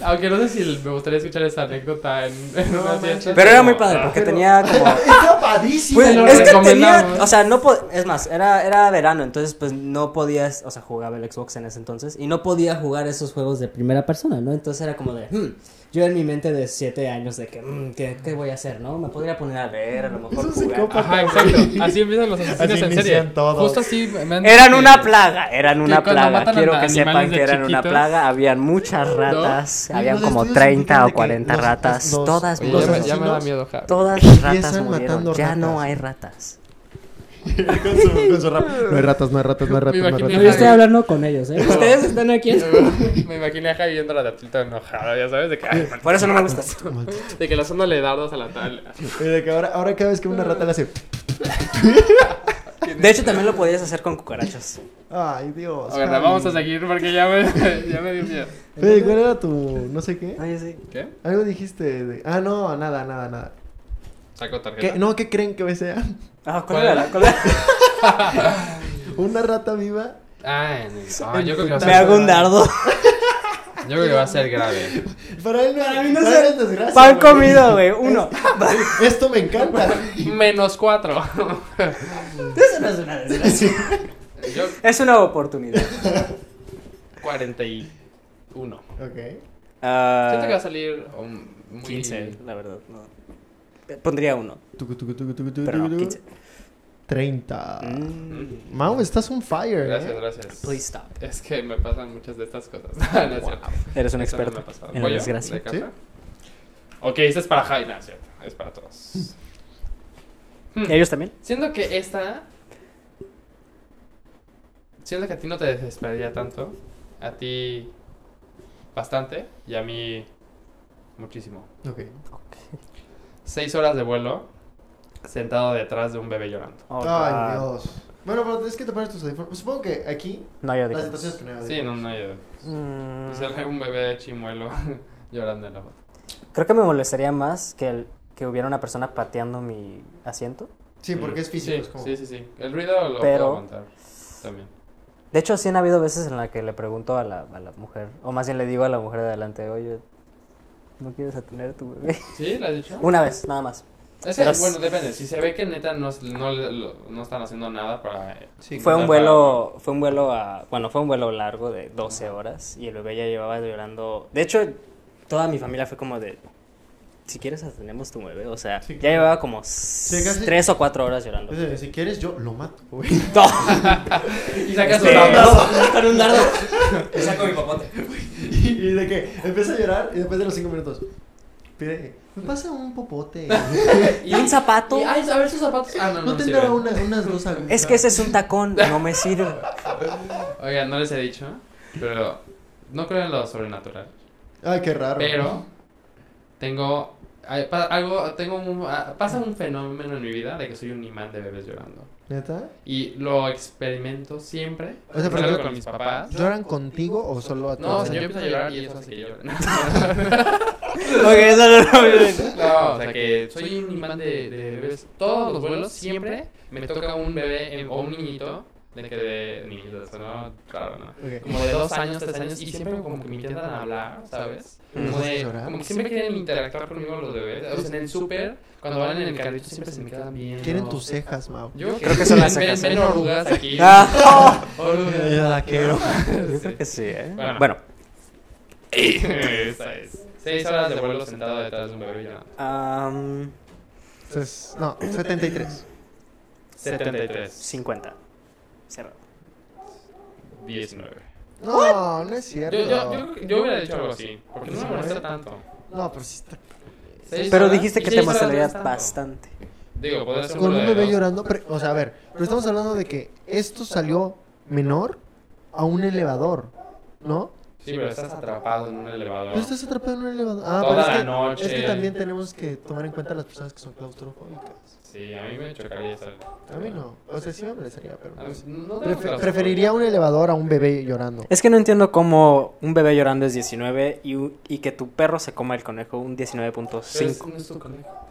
[SPEAKER 4] Aunque no sé si me gustaría escuchar esa anécdota en, en
[SPEAKER 2] No
[SPEAKER 4] una
[SPEAKER 2] manches.
[SPEAKER 4] fiesta.
[SPEAKER 3] Pero era muy padre porque
[SPEAKER 2] Ah, Pero-
[SPEAKER 3] tenía como.
[SPEAKER 2] Está padísimo.
[SPEAKER 3] Pues,
[SPEAKER 4] lo
[SPEAKER 3] es que tenía,
[SPEAKER 4] recomendamos.
[SPEAKER 3] o sea, no po- es más, era, era verano, entonces pues no podías, o sea, jugaba el Xbox en ese entonces y no podía jugar esos juegos de primera persona, ¿no? Entonces era como de, hmm, yo en mi mente de 7 años de que, hmm, ¿qué, qué voy a hacer, no? Me podría poner a ver, a lo mejor
[SPEAKER 2] un
[SPEAKER 3] jugar.
[SPEAKER 2] psicópata.
[SPEAKER 4] Ah, Ajá, exacto. Así empiezan los asesinos
[SPEAKER 2] Así
[SPEAKER 4] en
[SPEAKER 2] inician
[SPEAKER 4] serie.
[SPEAKER 2] todos.
[SPEAKER 4] Justo así me han dicho
[SPEAKER 3] Eran
[SPEAKER 4] que-
[SPEAKER 3] una plaga, eran
[SPEAKER 4] que
[SPEAKER 3] una
[SPEAKER 4] cuando
[SPEAKER 3] plaga.
[SPEAKER 4] matan a
[SPEAKER 3] Quiero que
[SPEAKER 4] animales
[SPEAKER 3] sepan
[SPEAKER 4] de
[SPEAKER 3] que eran una
[SPEAKER 4] chiquitos-
[SPEAKER 3] plaga. Habían muchas ratas,
[SPEAKER 2] Y
[SPEAKER 3] habían
[SPEAKER 2] los
[SPEAKER 3] como
[SPEAKER 2] estudios
[SPEAKER 3] 30
[SPEAKER 2] indican
[SPEAKER 3] o
[SPEAKER 2] de que
[SPEAKER 3] 40
[SPEAKER 2] los-
[SPEAKER 3] ratas.
[SPEAKER 2] los-
[SPEAKER 3] todas
[SPEAKER 4] Oye, ya,
[SPEAKER 2] Los
[SPEAKER 4] me,
[SPEAKER 3] murieron.
[SPEAKER 4] ya me da
[SPEAKER 2] asesinos-
[SPEAKER 4] miedo, Javi.
[SPEAKER 3] Todas las
[SPEAKER 2] empiezan
[SPEAKER 3] ratas murieron.
[SPEAKER 2] matando
[SPEAKER 3] Ya no
[SPEAKER 2] ratas.
[SPEAKER 3] hay ratas.
[SPEAKER 2] con su, con su rap. No hay ratas, no hay ratas, no hay ratas.
[SPEAKER 4] Me
[SPEAKER 2] no hay
[SPEAKER 4] imagino-
[SPEAKER 2] ratas.
[SPEAKER 4] Yo estoy
[SPEAKER 3] hablando con ellos, ¿eh?
[SPEAKER 4] Ustedes
[SPEAKER 3] están aquí.
[SPEAKER 4] Me imaginé a Javi viendo la tapita enojada, ya sabes, de que, ay,
[SPEAKER 3] Por eso no me gusta.
[SPEAKER 2] Maldito.
[SPEAKER 4] de que lanzándole dardos a la tal.
[SPEAKER 2] Y de que ahora, ahora cada vez que una rata le hace.
[SPEAKER 4] Qué
[SPEAKER 3] De hecho, también lo podías hacer con cucarachas.
[SPEAKER 2] Ay, Dios.
[SPEAKER 4] Ok,
[SPEAKER 2] Javi.
[SPEAKER 4] vamos a seguir porque ya me, ya me dio miedo.
[SPEAKER 2] Fede, ¿cuál era tu no Ah, sé qué?
[SPEAKER 3] Oye, sí.
[SPEAKER 4] ¿Qué?
[SPEAKER 2] Algo dijiste de... Ah, no, nada, nada, nada.
[SPEAKER 4] ¿Saco tarjeta?
[SPEAKER 2] ¿Qué? No, ¿qué creen que sea?
[SPEAKER 3] Ah,
[SPEAKER 4] ¿Cuál
[SPEAKER 3] ¿cuál era?
[SPEAKER 4] era?
[SPEAKER 3] la- cuál era?
[SPEAKER 2] ¿Una rata viva?
[SPEAKER 4] Ah, en el- ah, yo, creo que va a
[SPEAKER 3] Me
[SPEAKER 4] ser,
[SPEAKER 3] hago un dardo.
[SPEAKER 4] yo creo que va a ser grave.
[SPEAKER 2] Para él no,
[SPEAKER 3] Para mí no
[SPEAKER 2] para
[SPEAKER 3] sé.
[SPEAKER 2] él es desgracia,
[SPEAKER 3] Pan
[SPEAKER 2] güey.
[SPEAKER 3] comido, güey. Uno.
[SPEAKER 2] Esto me encanta.
[SPEAKER 4] Menos cuatro.
[SPEAKER 3] Eso no es una desgracia.
[SPEAKER 4] Yo,
[SPEAKER 3] Es una oportunidad.
[SPEAKER 4] cuarenta y uno.
[SPEAKER 2] ok.
[SPEAKER 3] Ah,
[SPEAKER 4] Siento que va a salir um, muy...
[SPEAKER 3] 15, la verdad. no. Pondría uno,
[SPEAKER 2] Tucu, tucu, tucu, tucu, tucu,
[SPEAKER 3] pero no,
[SPEAKER 2] tucu.
[SPEAKER 3] 15.
[SPEAKER 2] 30.
[SPEAKER 3] Mm,
[SPEAKER 2] Mau, estás on fire.
[SPEAKER 4] Gracias,
[SPEAKER 2] eh.
[SPEAKER 4] gracias.
[SPEAKER 3] please stop.
[SPEAKER 4] Es que me pasan muchas de estas cosas. no es cierto.
[SPEAKER 3] Eres Pues, un
[SPEAKER 4] Eso no me
[SPEAKER 3] experto
[SPEAKER 4] ha pasado.
[SPEAKER 3] en la
[SPEAKER 4] ¿Voy yo?
[SPEAKER 3] desgracia.
[SPEAKER 4] ¿De casa? Ok, esta es para Jaina, ¿cierto? Es para todos. Hmm.
[SPEAKER 3] ¿Ellos también?
[SPEAKER 4] Siento que esta. Siento que a ti no te desesperaría tanto. A ti. Bastante. Y a mí. Muchísimo.
[SPEAKER 2] Ok.
[SPEAKER 4] Seis horas de vuelo. Sentado detrás de un bebé llorando.
[SPEAKER 3] Oh, God.
[SPEAKER 2] Ay, Dios. Bueno, pero es que te pones tus audífonos. Pues Supongo que aquí
[SPEAKER 3] No, yo
[SPEAKER 2] la
[SPEAKER 3] digo.
[SPEAKER 2] situación es que no hay
[SPEAKER 4] Sí,
[SPEAKER 2] audífonos.
[SPEAKER 4] no, no hay.
[SPEAKER 3] Mm,
[SPEAKER 2] Ah.
[SPEAKER 4] Sale un bebé chimuelo llorando en la foto.
[SPEAKER 3] creo que me molestaría más que, el, que hubiera una persona pateando mi asiento.
[SPEAKER 2] Sí, porque es físico.
[SPEAKER 4] Sí,
[SPEAKER 2] es como...
[SPEAKER 4] sí, sí, sí. El ruido
[SPEAKER 3] Pero-
[SPEAKER 4] lo puedo aguantar. También.
[SPEAKER 3] De hecho, sí han habido veces en las que le pregunto a la, a la mujer, o más bien le digo a la mujer de adelante, oye, ¿no quieres atender a tu bebé?
[SPEAKER 4] ¿Sí? ¿Lo has dicho?
[SPEAKER 3] Una vez, nada más.
[SPEAKER 4] Es que,
[SPEAKER 3] Pero es-
[SPEAKER 4] bueno, depende. Si se ve que neta no, no, lo- no están haciendo nada para...
[SPEAKER 2] Sí,
[SPEAKER 3] Fue un
[SPEAKER 4] Ajá.
[SPEAKER 3] vuelo, fue un vuelo a, bueno, fue un vuelo largo de 12 horas y el bebé ya llevaba llorando. De hecho, toda mi familia fue como de, si quieres atendemos tu bebé, o sea,
[SPEAKER 2] Sí,
[SPEAKER 3] ya
[SPEAKER 2] claro.
[SPEAKER 3] llevaba como
[SPEAKER 2] casi-
[SPEAKER 3] 3 o 4 horas llorando.
[SPEAKER 2] Es de, Si quieres, yo lo mato, güey.
[SPEAKER 3] No,
[SPEAKER 4] Y sacas
[SPEAKER 3] este,
[SPEAKER 4] un abrazo.
[SPEAKER 3] con un dardo. Te saco mi papote.
[SPEAKER 2] y de que empieza a llorar y después de los 5 minutos pide, me pasa un popote.
[SPEAKER 3] Y un zapato.
[SPEAKER 4] Y, ay, a ver sus zapatos. Ah, no, no,
[SPEAKER 2] no
[SPEAKER 4] me
[SPEAKER 2] tendrá
[SPEAKER 4] sirven.
[SPEAKER 2] una, unas dos agujas.
[SPEAKER 3] Es que ese es un tacón, no me sirve.
[SPEAKER 4] Oigan, no les he dicho, pero no creo en lo sobrenatural.
[SPEAKER 2] Ay, qué raro.
[SPEAKER 4] Pero tengo ay, pa- algo, tengo un, ah, pasa un fenómeno en mi vida de que soy un imán de bebés llorando.
[SPEAKER 2] ¿Neta?
[SPEAKER 4] Y lo experimento siempre.
[SPEAKER 2] O sea, pero
[SPEAKER 4] Salgo
[SPEAKER 2] tú-
[SPEAKER 4] con mis papás.
[SPEAKER 2] ¿Lloran contigo o solo a
[SPEAKER 4] No, o sea, yo
[SPEAKER 2] señor
[SPEAKER 4] empiezo a llorar y eso hace que lloren.
[SPEAKER 3] Ok, eso no lo
[SPEAKER 4] No, o sea que soy un imán de, de bebés. Todos los vuelos siempre me toca un bebé en- o un niñito de que de niñitos, ¿no? Claro, ¿no? Como de dos años, tres años y siempre como que me intentan hablar, ¿sabes? Como, de, como que siempre quieren interactuar conmigo los bebés. O sea, en el súper, cuando van en el carrito siempre se me quedan bien.
[SPEAKER 2] Quieren tus cejas, Mau.
[SPEAKER 4] Yo
[SPEAKER 3] Creo que son las
[SPEAKER 4] ven-
[SPEAKER 3] cejas,
[SPEAKER 4] Ven
[SPEAKER 3] ¿eh?
[SPEAKER 4] orugas aquí.
[SPEAKER 3] Ah.
[SPEAKER 2] Ay,
[SPEAKER 4] Orugas.
[SPEAKER 2] la quiero.
[SPEAKER 3] Yo creo que sí, ¿eh?
[SPEAKER 4] Bueno.
[SPEAKER 3] Bueno,
[SPEAKER 4] Esa es. Seis horas de vuelo sentado detrás de un bebé llorando.
[SPEAKER 3] am,
[SPEAKER 2] Entonces, no, 73.
[SPEAKER 4] 73.
[SPEAKER 3] 50. Cerrado.
[SPEAKER 4] 19.
[SPEAKER 2] No, no es cierto.
[SPEAKER 4] Yo, yo, yo, yo hubiera dicho algo así, porque no me molesta tanto.
[SPEAKER 2] No, pero sí está.
[SPEAKER 4] Seis
[SPEAKER 3] Pero
[SPEAKER 4] horas-
[SPEAKER 3] dijiste
[SPEAKER 4] y
[SPEAKER 3] que
[SPEAKER 4] seis
[SPEAKER 3] te
[SPEAKER 4] horas
[SPEAKER 3] molestaría
[SPEAKER 4] no es tanto.
[SPEAKER 3] bastante.
[SPEAKER 4] Digo, podría ser
[SPEAKER 2] Con
[SPEAKER 4] uno
[SPEAKER 2] un
[SPEAKER 4] de
[SPEAKER 2] bebé
[SPEAKER 4] dos.
[SPEAKER 2] llorando. pero- o sea, a ver, pero estamos hablando de que esto salió menor a un elevador, ¿no?
[SPEAKER 4] Sí, pero estás atrapado en un elevador.
[SPEAKER 2] Pero estás atrapado en un elevador. Ah,
[SPEAKER 4] Toda
[SPEAKER 2] pero es
[SPEAKER 4] la
[SPEAKER 2] que,
[SPEAKER 4] noche.
[SPEAKER 2] es que también tenemos que tomar en cuenta las personas que son claustrofóbicas.
[SPEAKER 4] Sí, a mí me chocaría estar.
[SPEAKER 2] A mí no. O sea, sí me molestaría, pero. pues,
[SPEAKER 4] A mí- no tengo
[SPEAKER 2] Prefe-
[SPEAKER 4] claustrofobia.
[SPEAKER 2] preferiría un elevador a un bebé llorando.
[SPEAKER 3] Es que no entiendo cómo un bebé llorando es 19 y, u- y que tu perro se coma el conejo un
[SPEAKER 4] Pero es-
[SPEAKER 3] 19.5.
[SPEAKER 4] No es tu conejo.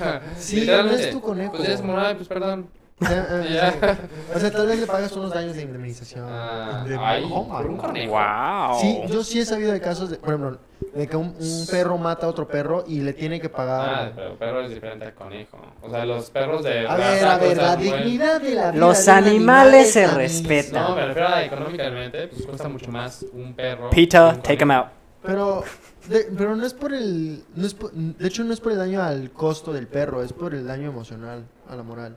[SPEAKER 2] Sí,
[SPEAKER 4] Literalmente.
[SPEAKER 2] no es tu conejo.
[SPEAKER 4] Pues ya es como, ay, pues perdón.
[SPEAKER 2] O sea, eh,
[SPEAKER 4] Ya.
[SPEAKER 2] o sea, tal vez le pagas unos daños de indemnización.
[SPEAKER 4] Ah,
[SPEAKER 2] De-
[SPEAKER 4] ay,
[SPEAKER 2] Oh, my
[SPEAKER 4] por un
[SPEAKER 2] God.
[SPEAKER 4] conejo.
[SPEAKER 3] ¡Wow!
[SPEAKER 2] Sí, yo sí he sabido de casos, de, por ejemplo, de que un, un perro mata a otro perro y le tiene que
[SPEAKER 4] Ah,
[SPEAKER 2] pagar.
[SPEAKER 4] pero perro es diferente al conejo. O sea, los perros de.
[SPEAKER 2] a ver, a ver, la
[SPEAKER 4] cosas muy-
[SPEAKER 2] dignidad de la vida.
[SPEAKER 3] Los
[SPEAKER 2] de un animal
[SPEAKER 3] animales
[SPEAKER 2] es
[SPEAKER 3] se
[SPEAKER 2] la misma.
[SPEAKER 3] respetan.
[SPEAKER 4] No, me refiero a económicamente, pues cuesta mucho más un perro. que
[SPEAKER 3] Peter,
[SPEAKER 4] un
[SPEAKER 2] 'em
[SPEAKER 3] take him
[SPEAKER 4] conejo.
[SPEAKER 3] out.
[SPEAKER 2] Pero, de, pero no es por el, no es por- de hecho no es por el daño al costo del perro, es por el daño emocional a la moral.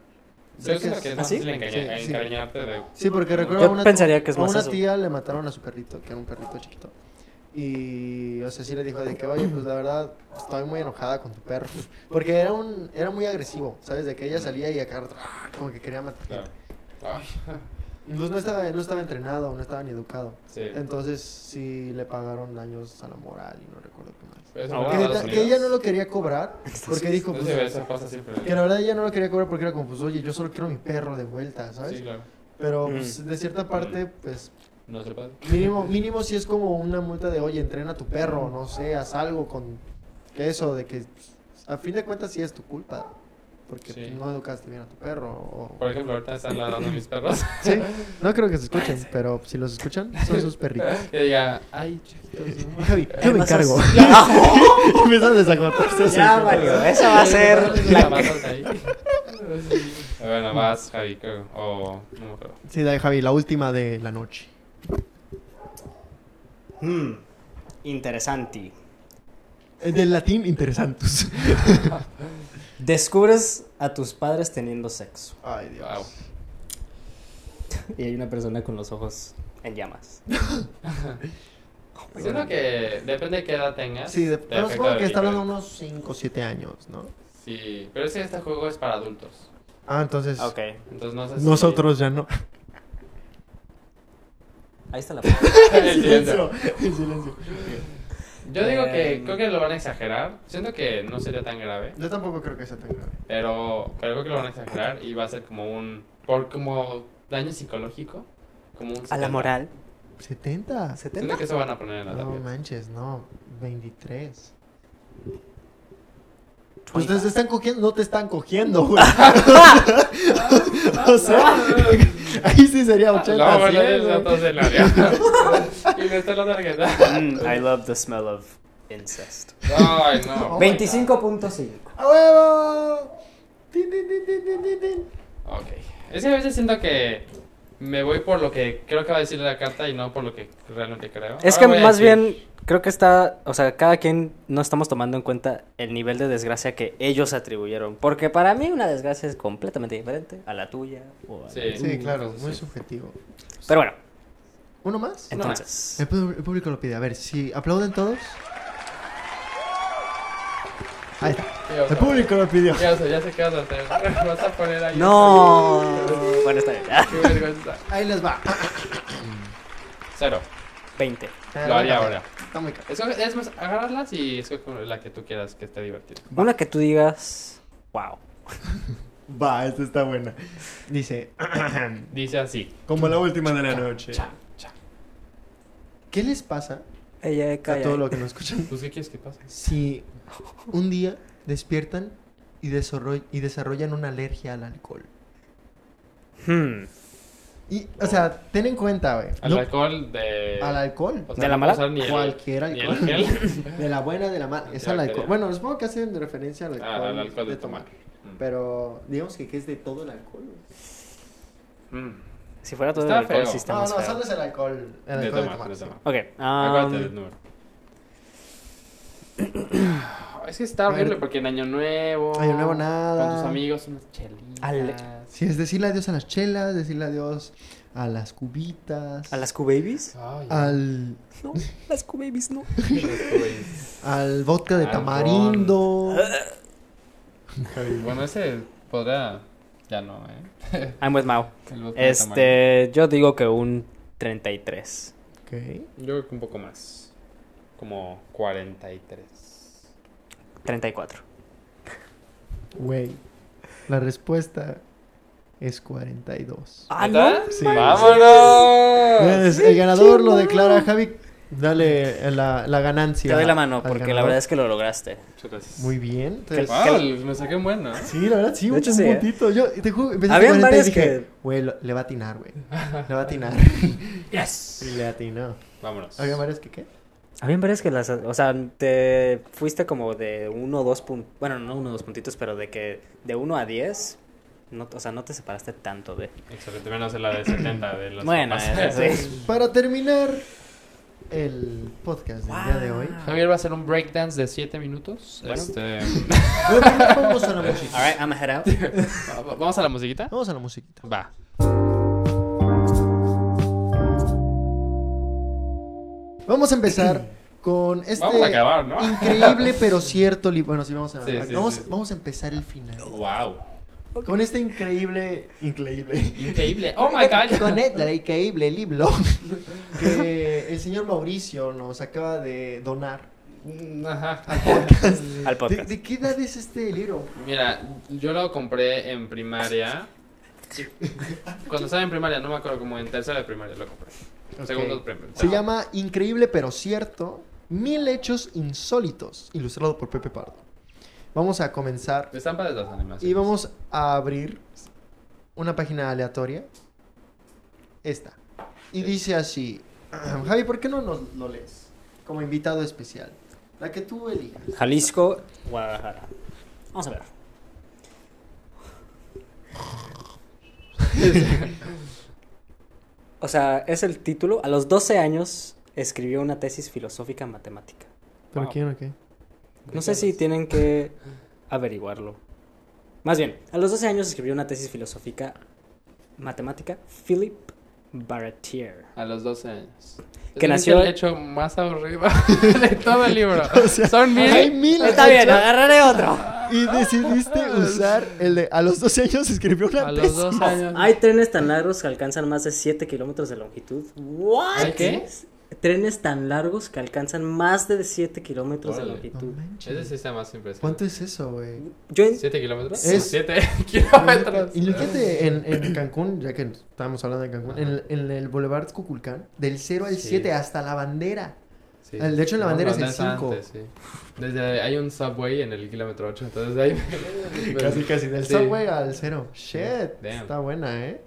[SPEAKER 4] Yo creo que es
[SPEAKER 3] ¿Ah,
[SPEAKER 4] más
[SPEAKER 3] sí?
[SPEAKER 4] fácil engañar-
[SPEAKER 2] Sí, sí.
[SPEAKER 4] encariñarte de.
[SPEAKER 2] Sí, porque recuerdo
[SPEAKER 3] Yo
[SPEAKER 2] a una,
[SPEAKER 3] pensaría que es
[SPEAKER 2] a
[SPEAKER 3] más
[SPEAKER 2] una
[SPEAKER 3] eso.
[SPEAKER 2] tía le mataron a su perrito, que era un perrito chiquito. Y, o sea, sí le dijo de que, oye, pues la verdad, estoy muy enojada con tu perro. Porque era un ¡ah! era muy agresivo, ¿sabes? De que ella salía y acá, como que quería matar gente.
[SPEAKER 4] Ay.
[SPEAKER 2] Pues no estaba, no estaba entrenado, no estaba ni educado.
[SPEAKER 4] Sí.
[SPEAKER 2] Entonces sí le pagaron daños a la moral y no recuerdo qué más.
[SPEAKER 4] Pero eso
[SPEAKER 3] Ah,
[SPEAKER 4] fue
[SPEAKER 2] Que,
[SPEAKER 4] en
[SPEAKER 3] de-
[SPEAKER 4] Estados
[SPEAKER 2] neta- que
[SPEAKER 4] Unidos.
[SPEAKER 2] ella no lo quería cobrar porque dijo,
[SPEAKER 4] No
[SPEAKER 2] pues,
[SPEAKER 4] se ve, eso pasa siempre.
[SPEAKER 2] que la verdad ella no lo quería cobrar porque era como, pues, oye, yo solo quiero mi perro de vuelta, ¿sabes?
[SPEAKER 4] Sí, claro.
[SPEAKER 2] Pero
[SPEAKER 3] Mm.
[SPEAKER 2] pues, de cierta parte, pues
[SPEAKER 4] No se puede.
[SPEAKER 2] mínimo, mínimo si es como una multa de, oye, entrena a tu perro, no sé, haz algo con eso, de que pues, a fin de cuentas sí es tu culpa. Porque
[SPEAKER 4] Sí.
[SPEAKER 2] pues, no educaste bien a tu perro. o-
[SPEAKER 4] Por ejemplo, ahorita están ladrando mis perros.
[SPEAKER 2] Sí, no creo que se escuchen, pero si los escuchan, son sus perritos.
[SPEAKER 4] que diga, ay, chiquitos, no".
[SPEAKER 2] Javi, yo me
[SPEAKER 3] Además,
[SPEAKER 2] encargo.
[SPEAKER 3] sos-
[SPEAKER 2] Empiezan a desacortarse. así.
[SPEAKER 3] Ya valió, esa va a ser la que-
[SPEAKER 4] Bueno, vas, Javi, creo. O. No me acuerdo.
[SPEAKER 2] Sí, dale, Javi, la última de la noche.
[SPEAKER 3] Hmm, Interesante.
[SPEAKER 2] Eh, Del latín, interesantus.
[SPEAKER 3] Descubres a tus padres teniendo sexo.
[SPEAKER 2] Ay, Dios.
[SPEAKER 4] Wow.
[SPEAKER 3] Y hay una persona con los ojos en llamas.
[SPEAKER 4] Siento que depende de qué edad tengas.
[SPEAKER 2] Sí, de,
[SPEAKER 4] te
[SPEAKER 2] pero
[SPEAKER 4] afecta
[SPEAKER 2] supongo que
[SPEAKER 4] de
[SPEAKER 2] está hablando de
[SPEAKER 4] diferente.
[SPEAKER 2] unos 5 o 7 años, ¿no?
[SPEAKER 4] Sí, pero es que este juego es para adultos.
[SPEAKER 2] Ah, entonces.
[SPEAKER 3] Ok, ahí
[SPEAKER 4] Entonces no sé si-
[SPEAKER 2] Nosotros ya no.
[SPEAKER 3] está la foto.
[SPEAKER 4] El siguiente.
[SPEAKER 2] en silencio. Em.
[SPEAKER 4] Yo digo que
[SPEAKER 3] Eh,
[SPEAKER 4] creo que lo van a exagerar. Siento que no sería tan grave.
[SPEAKER 2] Yo tampoco creo que sea tan grave.
[SPEAKER 4] Pero, pero creo que lo van a exagerar y va a ser como un. Por como daño psicológico. Como un
[SPEAKER 3] A
[SPEAKER 4] 70.
[SPEAKER 3] la moral.
[SPEAKER 2] ¿70?
[SPEAKER 4] Siento que eso van a poner en la
[SPEAKER 2] No
[SPEAKER 4] tabla.
[SPEAKER 2] manches, no. 23.
[SPEAKER 3] Pues,
[SPEAKER 2] Ustedes están cogiendo, no te están cogiendo, güey.
[SPEAKER 4] Ah,
[SPEAKER 2] o sea, ahí sí sería 80.
[SPEAKER 4] No, Ah, bueno,
[SPEAKER 2] 100,
[SPEAKER 4] es
[SPEAKER 2] güey.
[SPEAKER 4] datos del área. y me está la tarjeta.
[SPEAKER 3] Mm, I love the smell of incest.
[SPEAKER 4] Ay, no.
[SPEAKER 2] Oh my
[SPEAKER 3] 25.5.
[SPEAKER 2] ¡A huevo! Tin, tin, tin, tin, tin, tin, tin.
[SPEAKER 4] Ok. Es que a veces siento que me voy por lo que creo que va a decir la carta y no por lo que realmente creo.
[SPEAKER 3] Es
[SPEAKER 4] Ahora
[SPEAKER 3] que
[SPEAKER 4] voy a
[SPEAKER 3] más
[SPEAKER 4] decir-
[SPEAKER 3] bien creo que está, o sea, cada quien no estamos tomando en cuenta el nivel de desgracia que ellos atribuyeron, porque para mí una desgracia es completamente diferente a la tuya o a la
[SPEAKER 4] Sí.
[SPEAKER 2] Sí, claro,
[SPEAKER 4] entonces
[SPEAKER 2] muy
[SPEAKER 4] sí.
[SPEAKER 2] subjetivo.
[SPEAKER 3] Pero bueno,
[SPEAKER 2] ¿Uno más?
[SPEAKER 4] No
[SPEAKER 3] entonces.
[SPEAKER 2] El, pu- el público lo pide. A ver, si aplauden todos. Ahí está.
[SPEAKER 4] Ya, o
[SPEAKER 2] El
[SPEAKER 4] sea,
[SPEAKER 2] público lo pidió.
[SPEAKER 4] Ya, o sea, ya sé qué vas a hacer. Vas a poner ahí.
[SPEAKER 3] No. Bueno, está bien. Ah,
[SPEAKER 4] Qué vergüenza.
[SPEAKER 2] Ahí les va.
[SPEAKER 4] Cero.
[SPEAKER 3] 20.
[SPEAKER 4] Lo haría
[SPEAKER 2] Ah.
[SPEAKER 4] ahora.
[SPEAKER 2] Está muy caro.
[SPEAKER 4] Es, es más, agarrarlas y escoge la que tú quieras que esté divertida.
[SPEAKER 3] Una que tú digas, wow.
[SPEAKER 2] Va, esta está buena. Dice,
[SPEAKER 4] Dice así.
[SPEAKER 2] como la última de la noche.
[SPEAKER 4] Cha, cha.
[SPEAKER 2] ¿Qué les pasa
[SPEAKER 3] Ella es
[SPEAKER 2] a todo lo que nos escuchan
[SPEAKER 4] Pues, ¿qué quieres que pase?
[SPEAKER 2] si un día despiertan y, desarroll- y desarrollan una alergia al alcohol?
[SPEAKER 3] Hmm.
[SPEAKER 2] Y, o sea, ten en cuenta, güey.
[SPEAKER 4] Al
[SPEAKER 2] no-
[SPEAKER 4] alcohol de.
[SPEAKER 2] al alcohol.
[SPEAKER 4] o
[SPEAKER 3] ¿De la
[SPEAKER 4] no
[SPEAKER 3] mala?
[SPEAKER 4] usar ni el-
[SPEAKER 2] Cualquier
[SPEAKER 4] ni el
[SPEAKER 2] alcohol.
[SPEAKER 4] gel.
[SPEAKER 2] De la buena, de la mala. Es
[SPEAKER 4] Ya,
[SPEAKER 2] al
[SPEAKER 4] ya,
[SPEAKER 2] alcohol.
[SPEAKER 4] ya.
[SPEAKER 2] Bueno, supongo que hacen referencia al alcohol.
[SPEAKER 4] Ah, al alcohol de tomar.
[SPEAKER 2] Pero digamos que, que es de todo el alcohol. güey.
[SPEAKER 4] Mm.
[SPEAKER 3] Si fuera todo el
[SPEAKER 4] Está
[SPEAKER 3] alcohol, sí
[SPEAKER 4] feo.
[SPEAKER 2] No,
[SPEAKER 3] está
[SPEAKER 2] no,
[SPEAKER 3] más feo.
[SPEAKER 2] solo es el alcohol. El
[SPEAKER 4] De
[SPEAKER 2] alcohol de
[SPEAKER 4] tomar,
[SPEAKER 2] tomar.
[SPEAKER 4] de
[SPEAKER 2] sí.
[SPEAKER 4] tomar.
[SPEAKER 3] Ok.
[SPEAKER 4] Acuérdate
[SPEAKER 3] um,
[SPEAKER 4] del número. Es que está
[SPEAKER 2] A ver.
[SPEAKER 4] horrible porque en Año Nuevo.
[SPEAKER 2] Año Nuevo
[SPEAKER 4] Con
[SPEAKER 2] nada.
[SPEAKER 4] tus amigos, unas chelitas.
[SPEAKER 3] Ale-
[SPEAKER 2] Sí, es decirle adiós a las chelas, decirle adiós a las cubitas.
[SPEAKER 3] ¿A las Q-Babies?
[SPEAKER 4] Ay,
[SPEAKER 2] Al,
[SPEAKER 3] No, las Q-Babies no.
[SPEAKER 2] al vodka de
[SPEAKER 4] Al
[SPEAKER 2] tamarindo.
[SPEAKER 4] Bueno, ese podrá. Ya no, ¿eh?
[SPEAKER 3] I'm with Mao.
[SPEAKER 4] El vodka de tamarindo.
[SPEAKER 3] Este, yo digo que un 33.
[SPEAKER 2] Ok.
[SPEAKER 4] Yo creo que un poco más. Como 43.
[SPEAKER 3] 34.
[SPEAKER 2] Güey. La respuesta es 42.
[SPEAKER 3] Ah,
[SPEAKER 4] ¿Neta?
[SPEAKER 2] Sí.
[SPEAKER 4] ¡Vámonos!
[SPEAKER 2] Es- el ganador lo declara Javi. Dale eh, la, la ganancia.
[SPEAKER 3] Te doy la mano
[SPEAKER 2] al
[SPEAKER 3] porque la
[SPEAKER 2] ganador.
[SPEAKER 3] verdad es que lo lograste.
[SPEAKER 4] Muchas gracias.
[SPEAKER 2] Muy bien.
[SPEAKER 3] Que-
[SPEAKER 2] Entonces-
[SPEAKER 4] Wow, me saqué un buen, ¿no?
[SPEAKER 2] Sí, la verdad, sí,
[SPEAKER 3] De
[SPEAKER 2] un
[SPEAKER 3] hecho, sí, ¿eh?
[SPEAKER 2] puntito. Yo te juro, empecé
[SPEAKER 3] Habían
[SPEAKER 2] con 40 y
[SPEAKER 3] varias
[SPEAKER 2] dije,
[SPEAKER 3] que-
[SPEAKER 2] Güey, lo- le va a atinar, güey. Le va a atinar.
[SPEAKER 4] Yes.
[SPEAKER 2] y le atinó.
[SPEAKER 4] Vámonos.
[SPEAKER 2] Había varias que qué?
[SPEAKER 3] A mí me parece que las, o sea, te fuiste como de uno o dos puntos, bueno, no uno o dos puntitos, pero de que de 1 a 10, no, o sea, no te separaste tanto de...
[SPEAKER 4] Excelente, menos la de 70 de los
[SPEAKER 3] Bueno,
[SPEAKER 4] papás.
[SPEAKER 3] esa sí.
[SPEAKER 2] Para terminar el podcast del día de hoy.
[SPEAKER 3] Wow.
[SPEAKER 4] Javier va a hacer un breakdance de 7 minutos.
[SPEAKER 3] Bueno.
[SPEAKER 4] Este,
[SPEAKER 2] Bueno, primero vamos a la musiquita.
[SPEAKER 3] All right, I'm head out.
[SPEAKER 4] va- va- ¿Vamos a la musiquita?
[SPEAKER 2] Vamos a la musiquita.
[SPEAKER 4] Va.
[SPEAKER 2] Vamos a empezar con este
[SPEAKER 4] Vamos a acabar, ¿no?
[SPEAKER 2] increíble pero cierto libro. Bueno, sí, vamos a
[SPEAKER 4] Sí, sí,
[SPEAKER 2] vamos,
[SPEAKER 4] sí.
[SPEAKER 2] vamos a empezar el final.
[SPEAKER 4] Wow.
[SPEAKER 2] Con este increíble, increíble,
[SPEAKER 4] Increíble. Oh my god.
[SPEAKER 2] con este increíble libro que el señor Mauricio nos acaba de donar. Mm,
[SPEAKER 4] Ajá.
[SPEAKER 3] Al
[SPEAKER 2] ¿De,
[SPEAKER 3] podcast.
[SPEAKER 2] de qué edad es este libro?
[SPEAKER 4] Mira, yo lo compré en primaria. Cuando estaba en primaria, no me acuerdo, como en tercera de primaria lo compré. Segundo
[SPEAKER 2] Ok.
[SPEAKER 4] premio.
[SPEAKER 2] Se llama Increíble pero cierto, mil hechos insólitos, ilustrado por Pepe Pardo. Vamos a comenzar
[SPEAKER 4] Estampa de las animaciones.
[SPEAKER 2] y vamos a abrir una página aleatoria. Esta. Y dice así, Javi, ¿por qué no nos lo lees? Como invitado especial. La que tú elijas.
[SPEAKER 3] Jalisco, Guadalajara. Vamos a ver. O sea, es el título. A los 12 años escribió una tesis filosófica matemática.
[SPEAKER 2] ¿Pero
[SPEAKER 3] Wow.
[SPEAKER 2] quién o qué?
[SPEAKER 3] No sé si tienen que averiguarlo. Más bien, a los 12 años escribió una tesis filosófica matemática Philip Baratier.
[SPEAKER 4] A los 12 años.
[SPEAKER 3] Que
[SPEAKER 4] Es
[SPEAKER 3] nació-
[SPEAKER 4] el hecho más aburrido de todo el libro. Son
[SPEAKER 2] Hay
[SPEAKER 4] mil.
[SPEAKER 2] mil
[SPEAKER 3] Está bien,
[SPEAKER 2] hechos
[SPEAKER 3] agarraré otro.
[SPEAKER 2] Y decidiste usar el de... A los 12 años escribió una
[SPEAKER 4] A
[SPEAKER 2] tesis.
[SPEAKER 4] los 12 años.
[SPEAKER 3] Hay trenes tan largos que alcanzan más de 7 kilómetros de longitud. ¿What?
[SPEAKER 4] ¿Hay qué?
[SPEAKER 3] Trenes tan largos que alcanzan más de 7 kilómetros de
[SPEAKER 4] Órale.
[SPEAKER 2] No
[SPEAKER 3] longitud.
[SPEAKER 2] manches.
[SPEAKER 4] Ese sí está más impresionante.
[SPEAKER 2] ¿Cuánto es eso, güey?
[SPEAKER 3] Yo en-
[SPEAKER 4] ¿Siete kilómetros?
[SPEAKER 2] Es-
[SPEAKER 4] Siete kilómetros.
[SPEAKER 2] Y fíjate, en, en Cancún, ya que estábamos hablando de Cancún, en, el- en el Boulevard Cuculcán, del 0 al
[SPEAKER 4] Sí.
[SPEAKER 2] 7 hasta la bandera.
[SPEAKER 4] Sí.
[SPEAKER 2] El- de hecho, la bandera es el
[SPEAKER 4] antes,
[SPEAKER 2] cinco.
[SPEAKER 4] antes, sí. Desde hay un subway en el kilómetro 8, entonces de ahí.
[SPEAKER 2] Casi, casi, del
[SPEAKER 4] Sí.
[SPEAKER 2] subway al 0. Shit,
[SPEAKER 4] Damn.
[SPEAKER 2] está buena, ¿eh?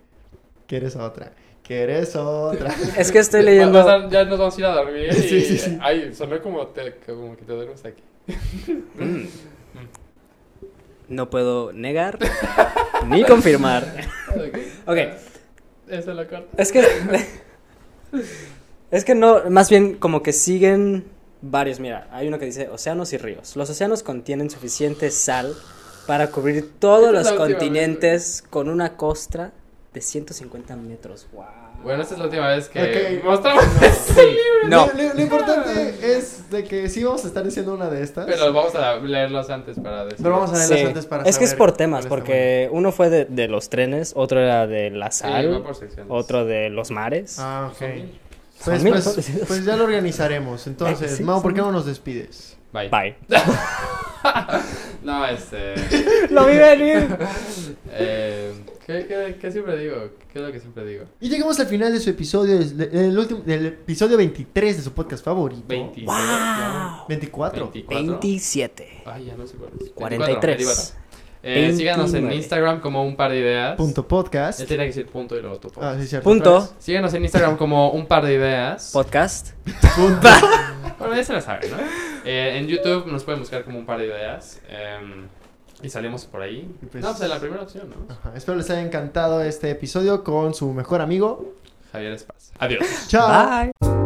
[SPEAKER 2] ¿Quieres otra? ¿Quieres otra?
[SPEAKER 3] es que estoy
[SPEAKER 4] Va- va a
[SPEAKER 3] leyendo.
[SPEAKER 4] estar- ya nos vamos a ir a dormir. Y,
[SPEAKER 2] Sí, sí, sí.
[SPEAKER 4] Ay, sonó como, te- como que te duermes aquí.
[SPEAKER 3] No puedo negar ni confirmar. Ok,
[SPEAKER 4] Eso lo corto.
[SPEAKER 3] es que. Es que no, más bien como que siguen varios. Mira, hay uno que dice océanos y ríos. Los océanos contienen suficiente sal para cubrir todos
[SPEAKER 4] Esta es
[SPEAKER 3] los
[SPEAKER 4] la última vez,
[SPEAKER 3] continentes con una costra de 150 metros. Wow.
[SPEAKER 4] Bueno, esta es la última vez que
[SPEAKER 2] Ok.
[SPEAKER 4] mostramos este libro.
[SPEAKER 3] No.
[SPEAKER 2] Lo, lo- lo importante es de que sí vamos a estar haciendo una de estas.
[SPEAKER 4] Pero vamos a leerlos antes para decir.
[SPEAKER 2] Pero vamos a leerlas
[SPEAKER 3] Sí.
[SPEAKER 2] antes para
[SPEAKER 3] es que es
[SPEAKER 2] saber
[SPEAKER 3] por temas,
[SPEAKER 2] cuál está
[SPEAKER 3] porque uno fue de, de los trenes, otro era de la
[SPEAKER 4] Sí,
[SPEAKER 3] sal,
[SPEAKER 4] va por secciones.
[SPEAKER 3] otro de los mares.
[SPEAKER 2] Ah, ok.
[SPEAKER 4] Son-
[SPEAKER 2] Pues,
[SPEAKER 3] Son mil,
[SPEAKER 2] pues-
[SPEAKER 3] son-
[SPEAKER 2] pues ya lo organizaremos. Entonces,
[SPEAKER 3] Sí,
[SPEAKER 2] Mau, ¿por
[SPEAKER 3] son
[SPEAKER 2] qué no nos despides?
[SPEAKER 4] Bye.
[SPEAKER 3] Bye.
[SPEAKER 4] No, este.
[SPEAKER 3] Lo vi venir.
[SPEAKER 4] eh, ¿qué, qué, qué siempre digo? ¿Qué es lo que siempre digo?
[SPEAKER 2] Y llegamos al final de su episodio, es- de- el último, del episodio 23 de su podcast favorito.
[SPEAKER 4] 20.
[SPEAKER 3] Wow.
[SPEAKER 2] 24.
[SPEAKER 3] 27.
[SPEAKER 4] Ay, ya no sé cuál es.
[SPEAKER 3] 43.
[SPEAKER 4] 24. Eh, síganos en
[SPEAKER 3] 29.
[SPEAKER 4] Instagram como un par de ideas.
[SPEAKER 2] Punto podcast.
[SPEAKER 4] Él tenía que decir punto y luego tu punto.
[SPEAKER 2] Ah, sí, cierto.
[SPEAKER 3] Punto.
[SPEAKER 2] Pues,
[SPEAKER 4] Síganos en Instagram como un par de ideas.
[SPEAKER 3] Podcast.
[SPEAKER 2] punto.
[SPEAKER 4] Bueno, ya se la saben, ¿no? Eh, en YouTube nos pueden buscar como un par de ideas. em, y salimos por ahí.
[SPEAKER 2] Y pues- Ah.
[SPEAKER 4] no, pues en la primera opción, ¿no?
[SPEAKER 2] Ajá, Espero les haya encantado este episodio con su mejor amigo.
[SPEAKER 4] Javier Espaz. Adiós.
[SPEAKER 2] Chao.
[SPEAKER 3] Bye.